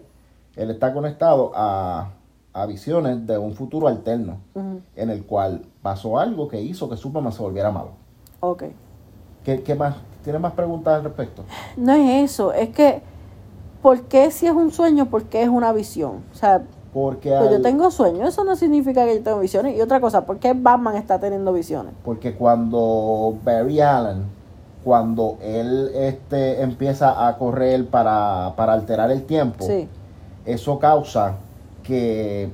Speaker 1: él está conectado a, a visiones de un futuro alterno.
Speaker 2: Ujú.
Speaker 1: en el cual pasó algo que hizo que Superman se volviera malo.
Speaker 2: Ok.
Speaker 1: ¿Qué, qué más? ¿Tienes más preguntas al respecto?
Speaker 2: No es eso, es que... ¿Por qué si es un sueño? ¿Por qué es una visión? O sea,
Speaker 1: Porque,
Speaker 2: pues yo
Speaker 1: al-
Speaker 2: tengo sueños, eso no significa que yo tengo visiones. Y otra cosa, ¿por qué Batman está teniendo visiones?
Speaker 1: porque cuando Barry Allen, cuando él este, empieza a correr para, para alterar el tiempo,
Speaker 2: Sí.
Speaker 1: eso causa que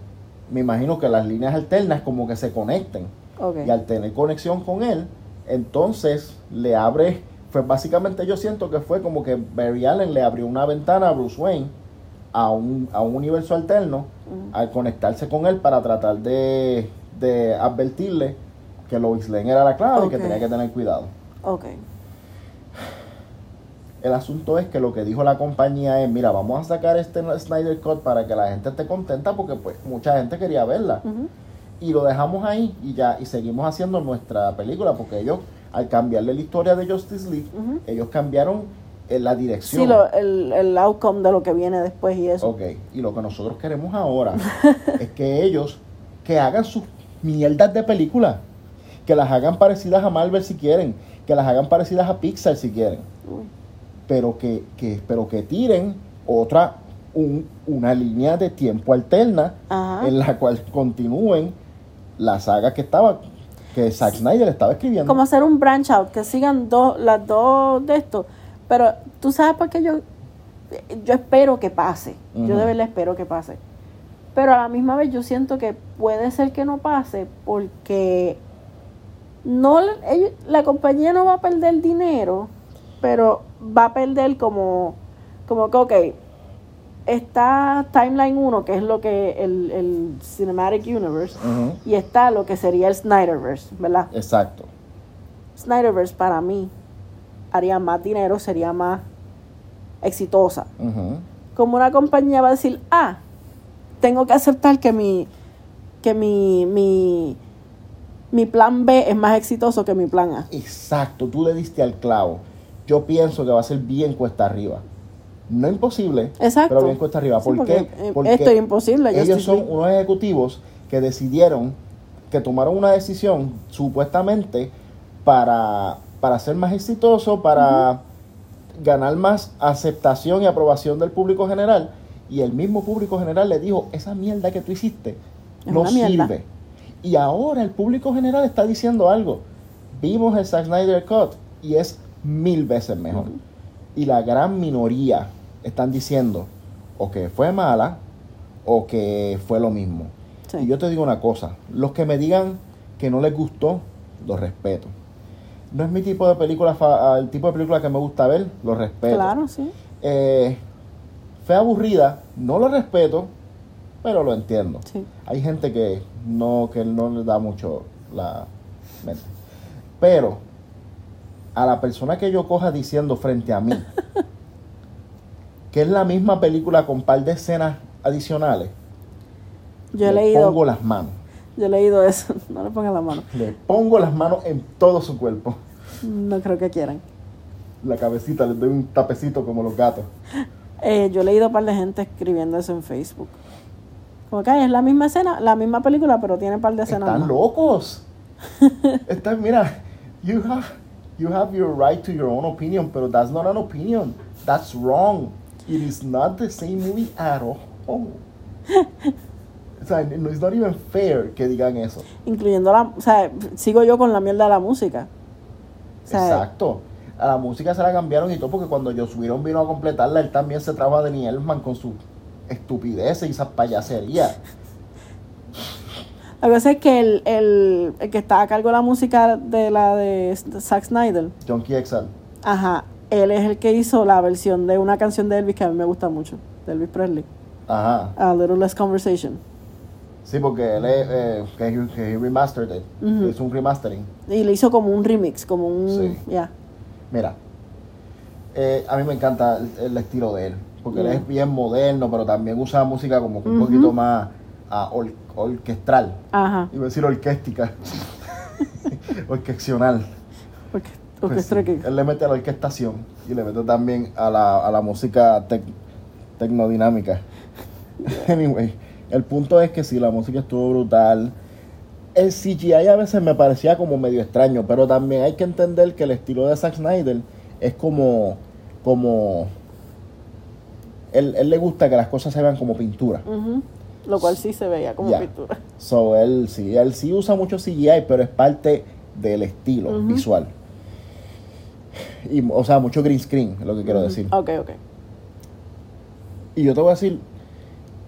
Speaker 1: me imagino que las líneas alternas como que se conecten.
Speaker 2: Ok.
Speaker 1: Y al tener conexión con él, entonces le abre, fue básicamente yo siento que fue como que Barry Allen le abrió una ventana a Bruce Wayne a un, a un universo alterno
Speaker 2: Ujú.
Speaker 1: al conectarse con él para tratar de, de advertirle que Lois Lane era la clave y que
Speaker 2: Ok.
Speaker 1: tenía que tener cuidado.
Speaker 2: Ok.
Speaker 1: El asunto es que lo que dijo la compañía es, mira, vamos a sacar este Snyder Cut para que la gente esté contenta porque pues mucha gente quería verla.
Speaker 2: Ujú.
Speaker 1: y lo dejamos ahí y ya y seguimos haciendo nuestra película porque ellos al cambiarle la historia de Justice League
Speaker 2: Ujú.
Speaker 1: ellos cambiaron eh, la
Speaker 2: Sí,
Speaker 1: dirección
Speaker 2: lo- el, el outcome de lo que viene después y eso.
Speaker 1: Ok, y lo que nosotros queremos ahora es que ellos que hagan sus mierdas de película que las hagan parecidas a Marvel si quieren que las hagan parecidas a Pixar si quieren
Speaker 2: Uy.
Speaker 1: pero que, que pero que tiren otra un- una línea de tiempo alterna
Speaker 2: Ajá.
Speaker 1: en la cual continúen la saga que estaba que Zack Snyder estaba escribiendo.
Speaker 2: Como hacer un branch out, que sigan dos, las dos de estos. Pero tú sabes por qué yo, yo espero que pase. Yo
Speaker 1: Ujú.
Speaker 2: de verdad espero que pase. Pero a la misma vez yo siento que puede ser que no pase porque no ellos- la compañía no va a perder dinero, pero va a perder como, como que, ok, está Timeline 1, que es lo que el, el Cinematic Universe,
Speaker 1: Ujú.
Speaker 2: y está lo que sería el Snyderverse, ¿verdad?
Speaker 1: Exacto.
Speaker 2: Snyderverse para mí haría más dinero, sería más exitosa.
Speaker 1: Ujú.
Speaker 2: Como una compañía va a decir, ah, tengo que aceptar que mi, que mi, mi, mi plan B es más exitoso que mi plan A.
Speaker 1: Exacto, tú le diste al clavo. Yo pienso que va a ser bien cuesta arriba. No imposible,
Speaker 2: Exacto.
Speaker 1: pero bien cuesta arriba.
Speaker 2: Sí,
Speaker 1: ¿Por
Speaker 2: porque,
Speaker 1: qué?
Speaker 2: eh, esto es imposible, yo
Speaker 1: Ellos
Speaker 2: estoy-
Speaker 1: son unos ejecutivos que decidieron, que tomaron una decisión supuestamente para, para ser más exitoso, para ganar más aceptación y aprobación del público general. Y el mismo público general le dijo, esa mierda que tú hiciste
Speaker 2: Es
Speaker 1: no
Speaker 2: una mierda.
Speaker 1: sirve. Y ahora el público general está diciendo algo. Vimos el Zack Snyder Cut y es mil veces mejor. Y la gran minoría están diciendo o que fue mala o que fue lo mismo.
Speaker 2: Sí.
Speaker 1: Y yo te digo una cosa, los que me digan que no les gustó, los respeto. No es mi tipo de película, fa- el tipo de película que me gusta ver, lo respeto.
Speaker 2: Claro, sí.
Speaker 1: Eh, fue aburrida, no lo respeto, pero lo entiendo.
Speaker 2: sí.
Speaker 1: Hay gente que no, que no le da mucho la mente. Pero a la persona que yo coja diciendo frente a mí que es la misma película con par de escenas adicionales,
Speaker 2: Yo he
Speaker 1: le
Speaker 2: leído,
Speaker 1: pongo las manos.
Speaker 2: yo he leído eso. No le pongan la mano.
Speaker 1: Le pongo las manos en todo su cuerpo.
Speaker 2: No creo que quieran.
Speaker 1: La cabecita, le doy un tapecito como los gatos.
Speaker 2: Eh, yo he leído a un par de gente escribiendo eso en Facebook. Como que "Ay, es la misma escena, la misma película, pero tiene un par de escenas.
Speaker 1: Están
Speaker 2: más".
Speaker 1: locos. Están, mira, you have, you have your right to your own opinion, pero that's not an opinion. That's wrong. It is not the same movie at all. O sea, no- it's not even fair que digan eso.
Speaker 2: Incluyendo la. O sea, sigo yo con la mierda de la música. O sea,
Speaker 1: Exacto. A la música se la cambiaron y todo porque cuando Joss Whedon vino a completarla, él también se trajo a Danny Elfman con su estupidez y esas payaserías.
Speaker 2: La cosa es que el, el, el que está a cargo de la música de la de S- Zack Snyder,
Speaker 1: John Kiexal.
Speaker 2: ajá, él es el que hizo la versión de una canción de Elvis que a mí me gusta mucho, de Elvis Presley,
Speaker 1: Ajá.
Speaker 2: A Little Less Conversation.
Speaker 1: Sí, porque él es, eh, que, he- que he remastered it.
Speaker 2: Ujú.
Speaker 1: Es un remastering.
Speaker 2: Y le hizo como un remix, como un.
Speaker 1: Sí.
Speaker 2: Ya.
Speaker 1: Mira, eh, a mí me encanta el, el estilo de él, porque él
Speaker 2: Yeah.
Speaker 1: es bien moderno, pero también usa música como que un
Speaker 2: Ujú.
Speaker 1: poquito más ah, or- orquestral.
Speaker 2: Ajá.
Speaker 1: Iba a decir orquéstica. Orqueccional.
Speaker 2: Porque,
Speaker 1: Pues sí, Él le mete a la orquestación y le mete también a la, a la música tec- tecnodinámica. Anyway, el punto es que sí, la música estuvo brutal. El CGI a veces me parecía como medio extraño, pero también hay que entender que el estilo de Zack Snyder es como. como él, él le gusta que las cosas se vean como pintura.
Speaker 2: Ujú. Lo cual sí se veía como
Speaker 1: Ya.
Speaker 2: pintura.
Speaker 1: So, él sí, él sí usa mucho CGI, pero es parte del estilo
Speaker 2: Ujú.
Speaker 1: visual. Y, o sea, mucho green screen, es lo que quiero
Speaker 2: Ujú.
Speaker 1: decir.
Speaker 2: Ok, ok.
Speaker 1: Y yo te voy a decir,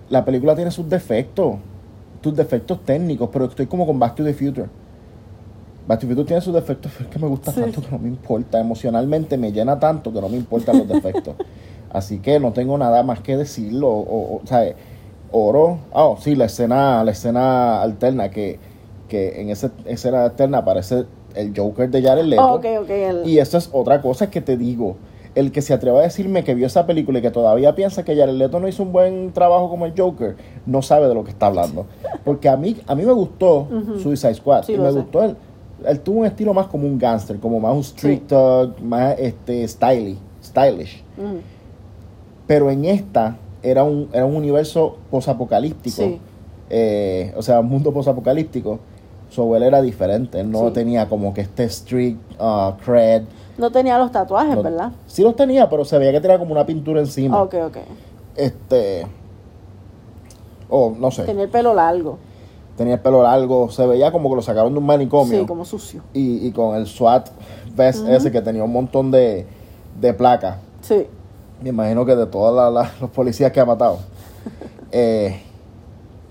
Speaker 1: la película tiene sus defectos, tus defectos técnicos, pero estoy como con Back to the Future. Back to the Future tiene sus defectos, pero es que me gusta
Speaker 2: Sí.
Speaker 1: tanto que no me importa. Emocionalmente me llena tanto que no me importan los defectos. Así que no tengo nada más que decirlo. O, o, o sea, oro. Ah, oh, sí, la escena, la escena alterna, que, que en esa escena alterna aparece el Joker de Jared Leto.
Speaker 2: Oh, ok, ok. el-
Speaker 1: Y eso es otra cosa que te digo. El que se atreva a decirme que vio esa película y que todavía piensa que Jared Leto no hizo un buen trabajo como el Joker, no sabe de lo que está hablando. Porque a mí, a mí me gustó
Speaker 2: Ujú.
Speaker 1: Suicide Squad.
Speaker 2: Sí,
Speaker 1: y
Speaker 2: lo
Speaker 1: me
Speaker 2: sé.
Speaker 1: gustó él. Él tuvo un estilo más como un gangster, como más un street
Speaker 2: Sí.
Speaker 1: thug, más este, stylish, stylish.
Speaker 2: Ujú.
Speaker 1: Pero en esta era un, era un universo posapocalíptico.
Speaker 2: Sí.
Speaker 1: Eh, o sea, un mundo posapocalíptico. So, él era diferente. Él no
Speaker 2: Sí.
Speaker 1: tenía como que este street uh, cred.
Speaker 2: No tenía los tatuajes,
Speaker 1: No-
Speaker 2: Ah, ¿verdad?
Speaker 1: Sí los tenía, pero se veía que tenía como una pintura encima.
Speaker 2: Ok, ok.
Speaker 1: Este. O no sé. Tenía,
Speaker 2: Tenía el pelo largo.
Speaker 1: el pelo largo. Se veía como que lo sacaron de un manicomio.
Speaker 2: Sí, como sucio.
Speaker 1: y, y con el SWAT vest
Speaker 2: Ujú.
Speaker 1: ese que tenía un montón de, de placas.
Speaker 2: Sí.
Speaker 1: Me imagino que de todos los policías que ha matado. Eh,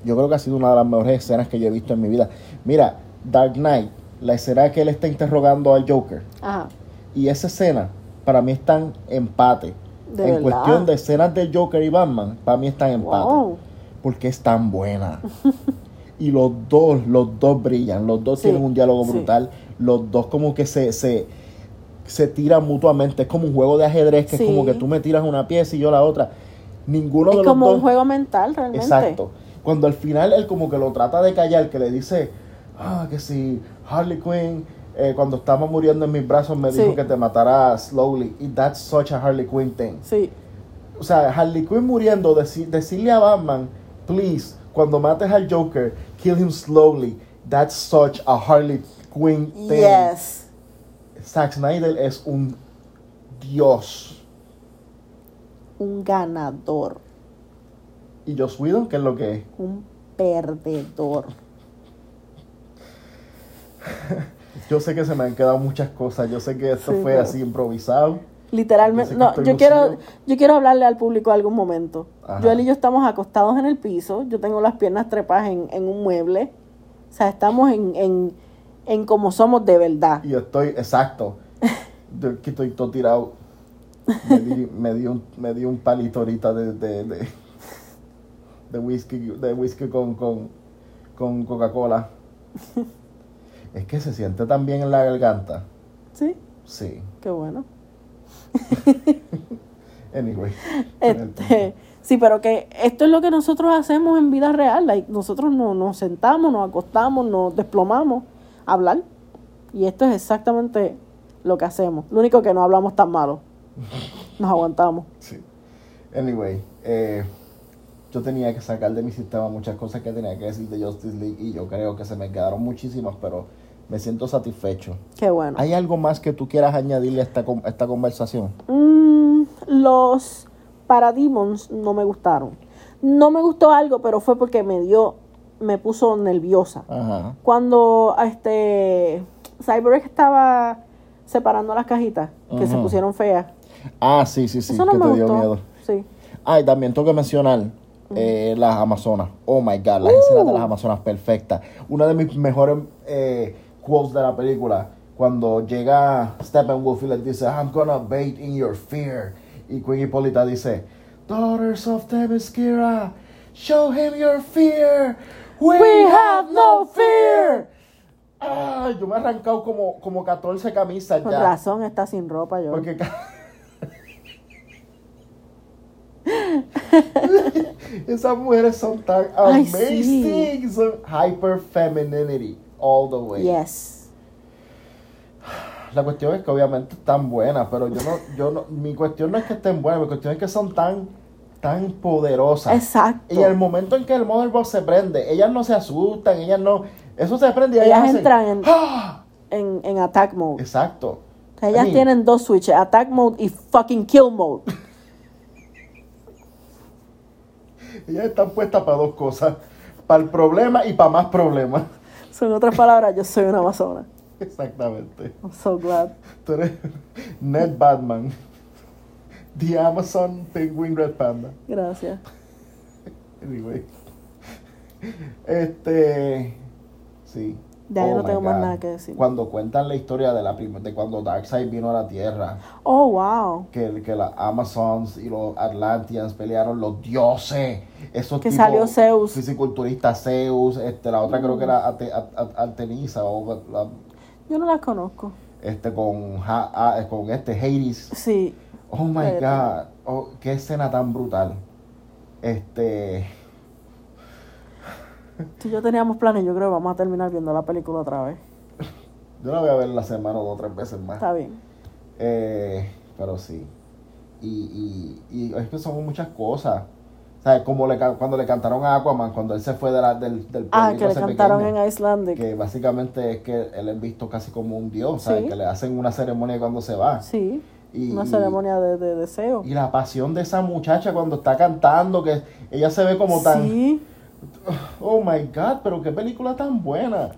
Speaker 1: yo creo que ha sido una de las mejores escenas que yo he visto en mi vida. Mira, Dark Knight, la escena que él está interrogando al Joker.
Speaker 2: Ajá.
Speaker 1: Y esa escena para mí están empate.
Speaker 2: De
Speaker 1: en
Speaker 2: verdad.
Speaker 1: cuestión de escenas de Joker y Batman, para mí están empate.
Speaker 2: Wow.
Speaker 1: Porque es tan buena. y los dos, los dos brillan, los dos
Speaker 2: Sí,
Speaker 1: tienen un diálogo
Speaker 2: sí.
Speaker 1: brutal, los dos como que se, se, se tiran mutuamente, es como un juego de ajedrez, que
Speaker 2: Sí.
Speaker 1: es como que tú me tiras una pieza y yo la otra. Ninguno de
Speaker 2: Es
Speaker 1: los
Speaker 2: como
Speaker 1: dos...
Speaker 2: un juego mental realmente.
Speaker 1: Exacto. Cuando al final él como que lo trata de callar, que le dice, ah, que si Harley Quinn, eh, cuando estaba muriendo en mis brazos me dijo
Speaker 2: Sí.
Speaker 1: que te matará slowly. Y that's such a Harley Quinn thing.
Speaker 2: Sí,
Speaker 1: O sea, Harley Quinn muriendo, deci- decirle a Batman, please, cuando mates al Joker, kill him slowly. That's such a Harley Quinn thing.
Speaker 2: yes.
Speaker 1: Zack Snyder es un dios.
Speaker 2: Un ganador,
Speaker 1: Y Joss Whedon, que es lo que es.
Speaker 2: un perdedor.
Speaker 1: Yo sé que se me han quedado muchas cosas. Yo sé que esto
Speaker 2: Sí,
Speaker 1: fue
Speaker 2: pero-
Speaker 1: así improvisado. Yo
Speaker 2: Literalmente,
Speaker 1: sé que
Speaker 2: no,
Speaker 1: estoy
Speaker 2: yo quiero,
Speaker 1: lucido.
Speaker 2: yo quiero hablarle al público algún momento.
Speaker 1: Ajá.
Speaker 2: Joel y yo estamos acostados en el piso, yo tengo las piernas trepadas en, en un mueble. O sea, estamos en, en, en como somos de verdad.
Speaker 1: Y yo estoy, exacto. Yo aquí estoy todo tirado. Me di, me di un, me di un palito ahorita de, de, de, de whisky, de whisky con, con, con Coca-Cola. Es que se siente tan bien en la garganta.
Speaker 2: Sí,
Speaker 1: Sí.
Speaker 2: qué bueno.
Speaker 1: Anyway.
Speaker 2: Este, sí, pero que esto es lo que nosotros hacemos en vida real. like, nosotros no, nos sentamos, nos acostamos, nos desplomamos a hablar. Y esto es exactamente lo que hacemos. Lo único que no hablamos tan malo. Nos aguantamos.
Speaker 1: Sí. Anyway. eh, yo tenía que sacar de mi sistema muchas cosas que tenía que decir de Justice League y yo creo que se me quedaron muchísimas, pero me siento satisfecho.
Speaker 2: Qué bueno.
Speaker 1: ¿Hay algo más que tú quieras añadirle a esta, con- a esta conversación?
Speaker 2: Mm, los Parademons no me gustaron. No me gustó algo, pero fue porque me dio, me puso nerviosa.
Speaker 1: Ajá.
Speaker 2: cuando este Cyborg estaba separando las cajitas que se
Speaker 1: Ujú.
Speaker 2: pusieron feas.
Speaker 1: Ah, sí, sí, sí,
Speaker 2: Eso no
Speaker 1: que
Speaker 2: me
Speaker 1: te
Speaker 2: gustó.
Speaker 1: dio miedo.
Speaker 2: Sí.
Speaker 1: Ay, también tengo que mencionar eh, las Amazonas. Oh my God, las escenas de las Amazonas perfectas. Una de mis mejores eh, quotes de la película, cuando llega Steppenwolf y les dice, I'm gonna bait in your fear. Y Queen Hipólita dice, Daughters of Themyscira, show him your fear. We, have no fear. Ay, yo me he arrancado como, como 14 camisas
Speaker 2: Con
Speaker 1: ya.
Speaker 2: razón está sin ropa yo.
Speaker 1: Porque ca- esas mujeres son tan
Speaker 2: Ay,
Speaker 1: amazing, son hyper femininity all the way.
Speaker 2: Yes.
Speaker 1: La cuestión es que obviamente están buenas, pero yo no, yo no, mi cuestión no es que estén buenas, mi cuestión es que son tan, tan poderosas.
Speaker 2: Exacto.
Speaker 1: Ah. Y el momento en que el motherboard se prende, ellas no se asustan, ellas no, eso se prende y ellas,
Speaker 2: Ellas
Speaker 1: hacen,
Speaker 2: entran en-
Speaker 1: ¡Ah!
Speaker 2: En, en attack mode.
Speaker 1: Exacto.
Speaker 2: O sea, ellas
Speaker 1: I mean,
Speaker 2: tienen dos switches, attack mode y fucking kill mode.
Speaker 1: Ellas están puestas para dos cosas. Para el problema y para más problemas.
Speaker 2: Son otras palabras, yo soy una amazona.
Speaker 1: Exactamente.
Speaker 2: I'm so glad.
Speaker 1: Tú eres Ned Batman. The Amazon Penguin Red Panda.
Speaker 2: Gracias.
Speaker 1: Anyway. Este. Sí. Oh
Speaker 2: Ya yo no
Speaker 1: my
Speaker 2: tengo más
Speaker 1: God.
Speaker 2: nada que decir.
Speaker 1: Cuando cuentan la historia de la prim- de cuando Darkseid vino a la Tierra,
Speaker 2: Oh, wow.
Speaker 1: que, que las Amazons y los Atlanteans pelearon los dioses. Esos
Speaker 2: Que
Speaker 1: tipos-
Speaker 2: salió Zeus. Mm.
Speaker 1: Fisiculturista Zeus, este, la otra creo que era Ate- A- A- Artemisa o la-
Speaker 2: Yo no las conozco.
Speaker 1: este con, Ja- Ah, con este Hades.
Speaker 2: Sí.
Speaker 1: Oh my
Speaker 2: Pero-
Speaker 1: God, oh, qué escena tan brutal. Este,
Speaker 2: Tú y yo teníamos planes, yo creo que vamos a terminar viendo la película otra vez.
Speaker 1: yo la voy a ver la semana dos o tres veces más.
Speaker 2: Está bien.
Speaker 1: Eh, pero sí. Y, y, y es que son muchas cosas. O sea, como le, can- cuando le cantaron a Aquaman, cuando él se fue de la, del, del
Speaker 2: Ah,
Speaker 1: pueblito
Speaker 2: que le
Speaker 1: ese
Speaker 2: cantaron
Speaker 1: pequeño,
Speaker 2: en Icelandic.
Speaker 1: Que básicamente es que él es visto casi como un dios, ¿sabes?
Speaker 2: Sí.
Speaker 1: Que le hacen una ceremonia cuando se va.
Speaker 2: Sí,
Speaker 1: Y,
Speaker 2: una
Speaker 1: y-
Speaker 2: ceremonia de, de deseo.
Speaker 1: Y la pasión de esa muchacha cuando está cantando, que ella se ve como tan...
Speaker 2: Sí,
Speaker 1: Oh my God, pero qué película tan buena.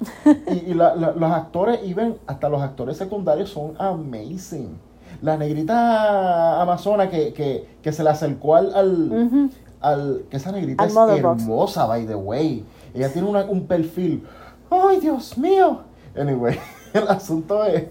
Speaker 1: Y, y la- la- los actores, even hasta los actores secundarios son amazing. La negrita amazona que, que, que se le acercó al, al,
Speaker 2: ujú,
Speaker 1: al- que esa negrita
Speaker 2: Mm. Al
Speaker 1: es
Speaker 2: Mother Box.
Speaker 1: hermosa, by the way. Ella tiene una- un perfil. ¡Ay, Dios mío! Anyway, el asunto es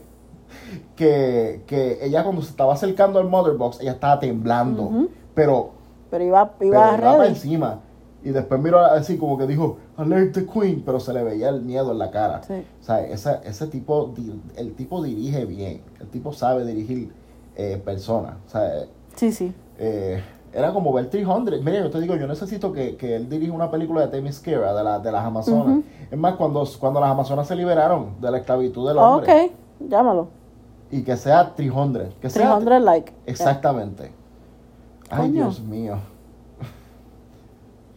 Speaker 1: que, que ella cuando se estaba acercando al Mother Box, ella estaba temblando, pero,
Speaker 2: Pero iba,
Speaker 1: pero
Speaker 2: iba a
Speaker 1: iba para
Speaker 2: redes.
Speaker 1: encima. Y después miró así como que dijo, alert the queen, pero se le veía el miedo en la cara.
Speaker 2: Sí.
Speaker 1: O sea, esa- ese tipo, di- el tipo dirige bien, el tipo sabe dirigir eh, personas. O sea, eh,
Speaker 2: Sí, sí.
Speaker 1: eh, era como ver 300. Mira, yo te digo, yo necesito que, que él dirija una película de Themyscira, de, la, de las Amazonas.
Speaker 2: Ujú.
Speaker 1: Es más, cuando, cuando las Amazonas se liberaron de la esclavitud del
Speaker 2: Ah,
Speaker 1: hombre.
Speaker 2: ok, llámalo.
Speaker 1: Y que sea 300. Que sea
Speaker 2: 300 like.
Speaker 1: Exactamente. Ay,
Speaker 2: Coño.
Speaker 1: Dios mío.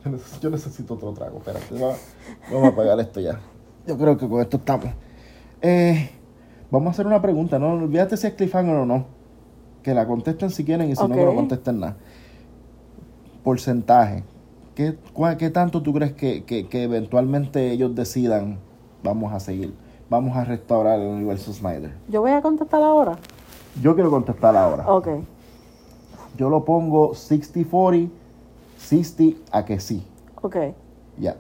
Speaker 1: Yo neces- Yo necesito otro trago. Espérate, va- vamos a apagar esto ya. Yo creo que con esto estamos. Eh, vamos a hacer una pregunta, ¿no? Olvídate si es cliffhanger o no. Que la contesten si quieren y si no, que no
Speaker 2: Ok.
Speaker 1: contesten nada. Porcentaje. ¿Qué, cuál- qué tanto tú crees que, que- que eventualmente ellos decidan? Vamos a seguir. Vamos a restaurar el universo Snyder.
Speaker 2: Eh, Yo voy a contestar ahora.
Speaker 1: Yo quiero contestar ahora.
Speaker 2: Ok.
Speaker 1: Yo lo pongo 60-40, 60 a que sí.
Speaker 2: Ok.
Speaker 1: Ya.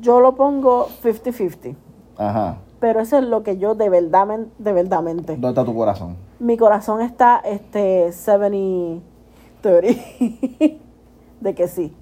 Speaker 2: Yo lo pongo 50-50.
Speaker 1: Ajá.
Speaker 2: Pero eso es lo que yo de verdad, men- de verdadmente.
Speaker 1: ¿Dónde está tu corazón?
Speaker 2: Mi corazón está este 70 30 de que sí.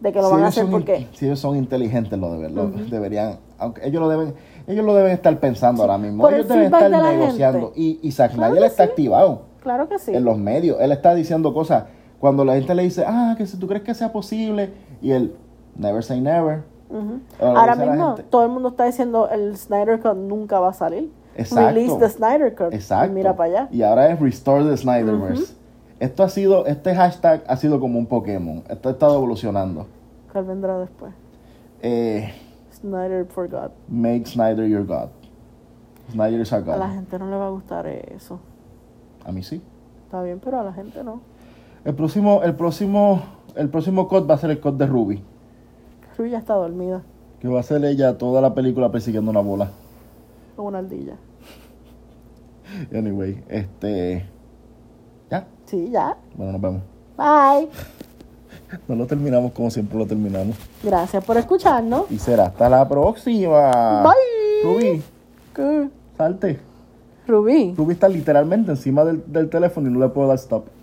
Speaker 2: De que lo van a hacer
Speaker 1: son in-
Speaker 2: porque
Speaker 1: si ellos son inteligentes, lo, deben- lo deberían. Aunque ellos lo deben, ellos lo deben estar pensando ahora mismo.
Speaker 2: por el
Speaker 1: Ellos deben
Speaker 2: feedback
Speaker 1: estar
Speaker 2: de la
Speaker 1: negociando.
Speaker 2: gente.
Speaker 1: Y, y Zack
Speaker 2: Claro
Speaker 1: Snyder
Speaker 2: que
Speaker 1: está
Speaker 2: sí.
Speaker 1: activado
Speaker 2: claro que sí.
Speaker 1: en los medios. Él está diciendo cosas. Cuando la gente le dice, ah, que si tú crees que sea posible, y él, never say never.
Speaker 2: Ujú.
Speaker 1: Ahora lo
Speaker 2: Ahora
Speaker 1: dice la
Speaker 2: mismo
Speaker 1: gente.
Speaker 2: todo el mundo está diciendo el Snyder Cut nunca va a salir.
Speaker 1: Exacto.
Speaker 2: Release the Snyder Cut. Y
Speaker 1: Exacto.
Speaker 2: Mira para allá.
Speaker 1: Y ahora es Restore the Snyderverse. Esto ha sido, este hashtag ha sido como un Pokémon. Esto ha estado evolucionando.
Speaker 2: ¿Cuál vendrá después?
Speaker 1: Eh,
Speaker 2: Snyder forgot.
Speaker 1: make Snyder your God. Snyder is our God.
Speaker 2: A la gente no le va a gustar eso.
Speaker 1: A mí sí.
Speaker 2: Está bien, pero a la gente no.
Speaker 1: El próximo, el próximo, el próximo COD va a ser el COD de Ruby.
Speaker 2: Rui ya está dormida.
Speaker 1: Que va a ser ella toda la película persiguiendo una bola.
Speaker 2: Con una ardilla.
Speaker 1: Anyway, este. Ya.
Speaker 2: Sí, ya.
Speaker 1: Bueno, nos vemos.
Speaker 2: Bye.
Speaker 1: No lo terminamos como siempre lo terminamos.
Speaker 2: Gracias por escucharnos.
Speaker 1: Y será hasta la próxima.
Speaker 2: Bye.
Speaker 1: Ruby,
Speaker 2: ¿Qué?
Speaker 1: salte.
Speaker 2: Rubí.
Speaker 1: Ruby está literalmente encima del, del teléfono y no le puedo dar stop.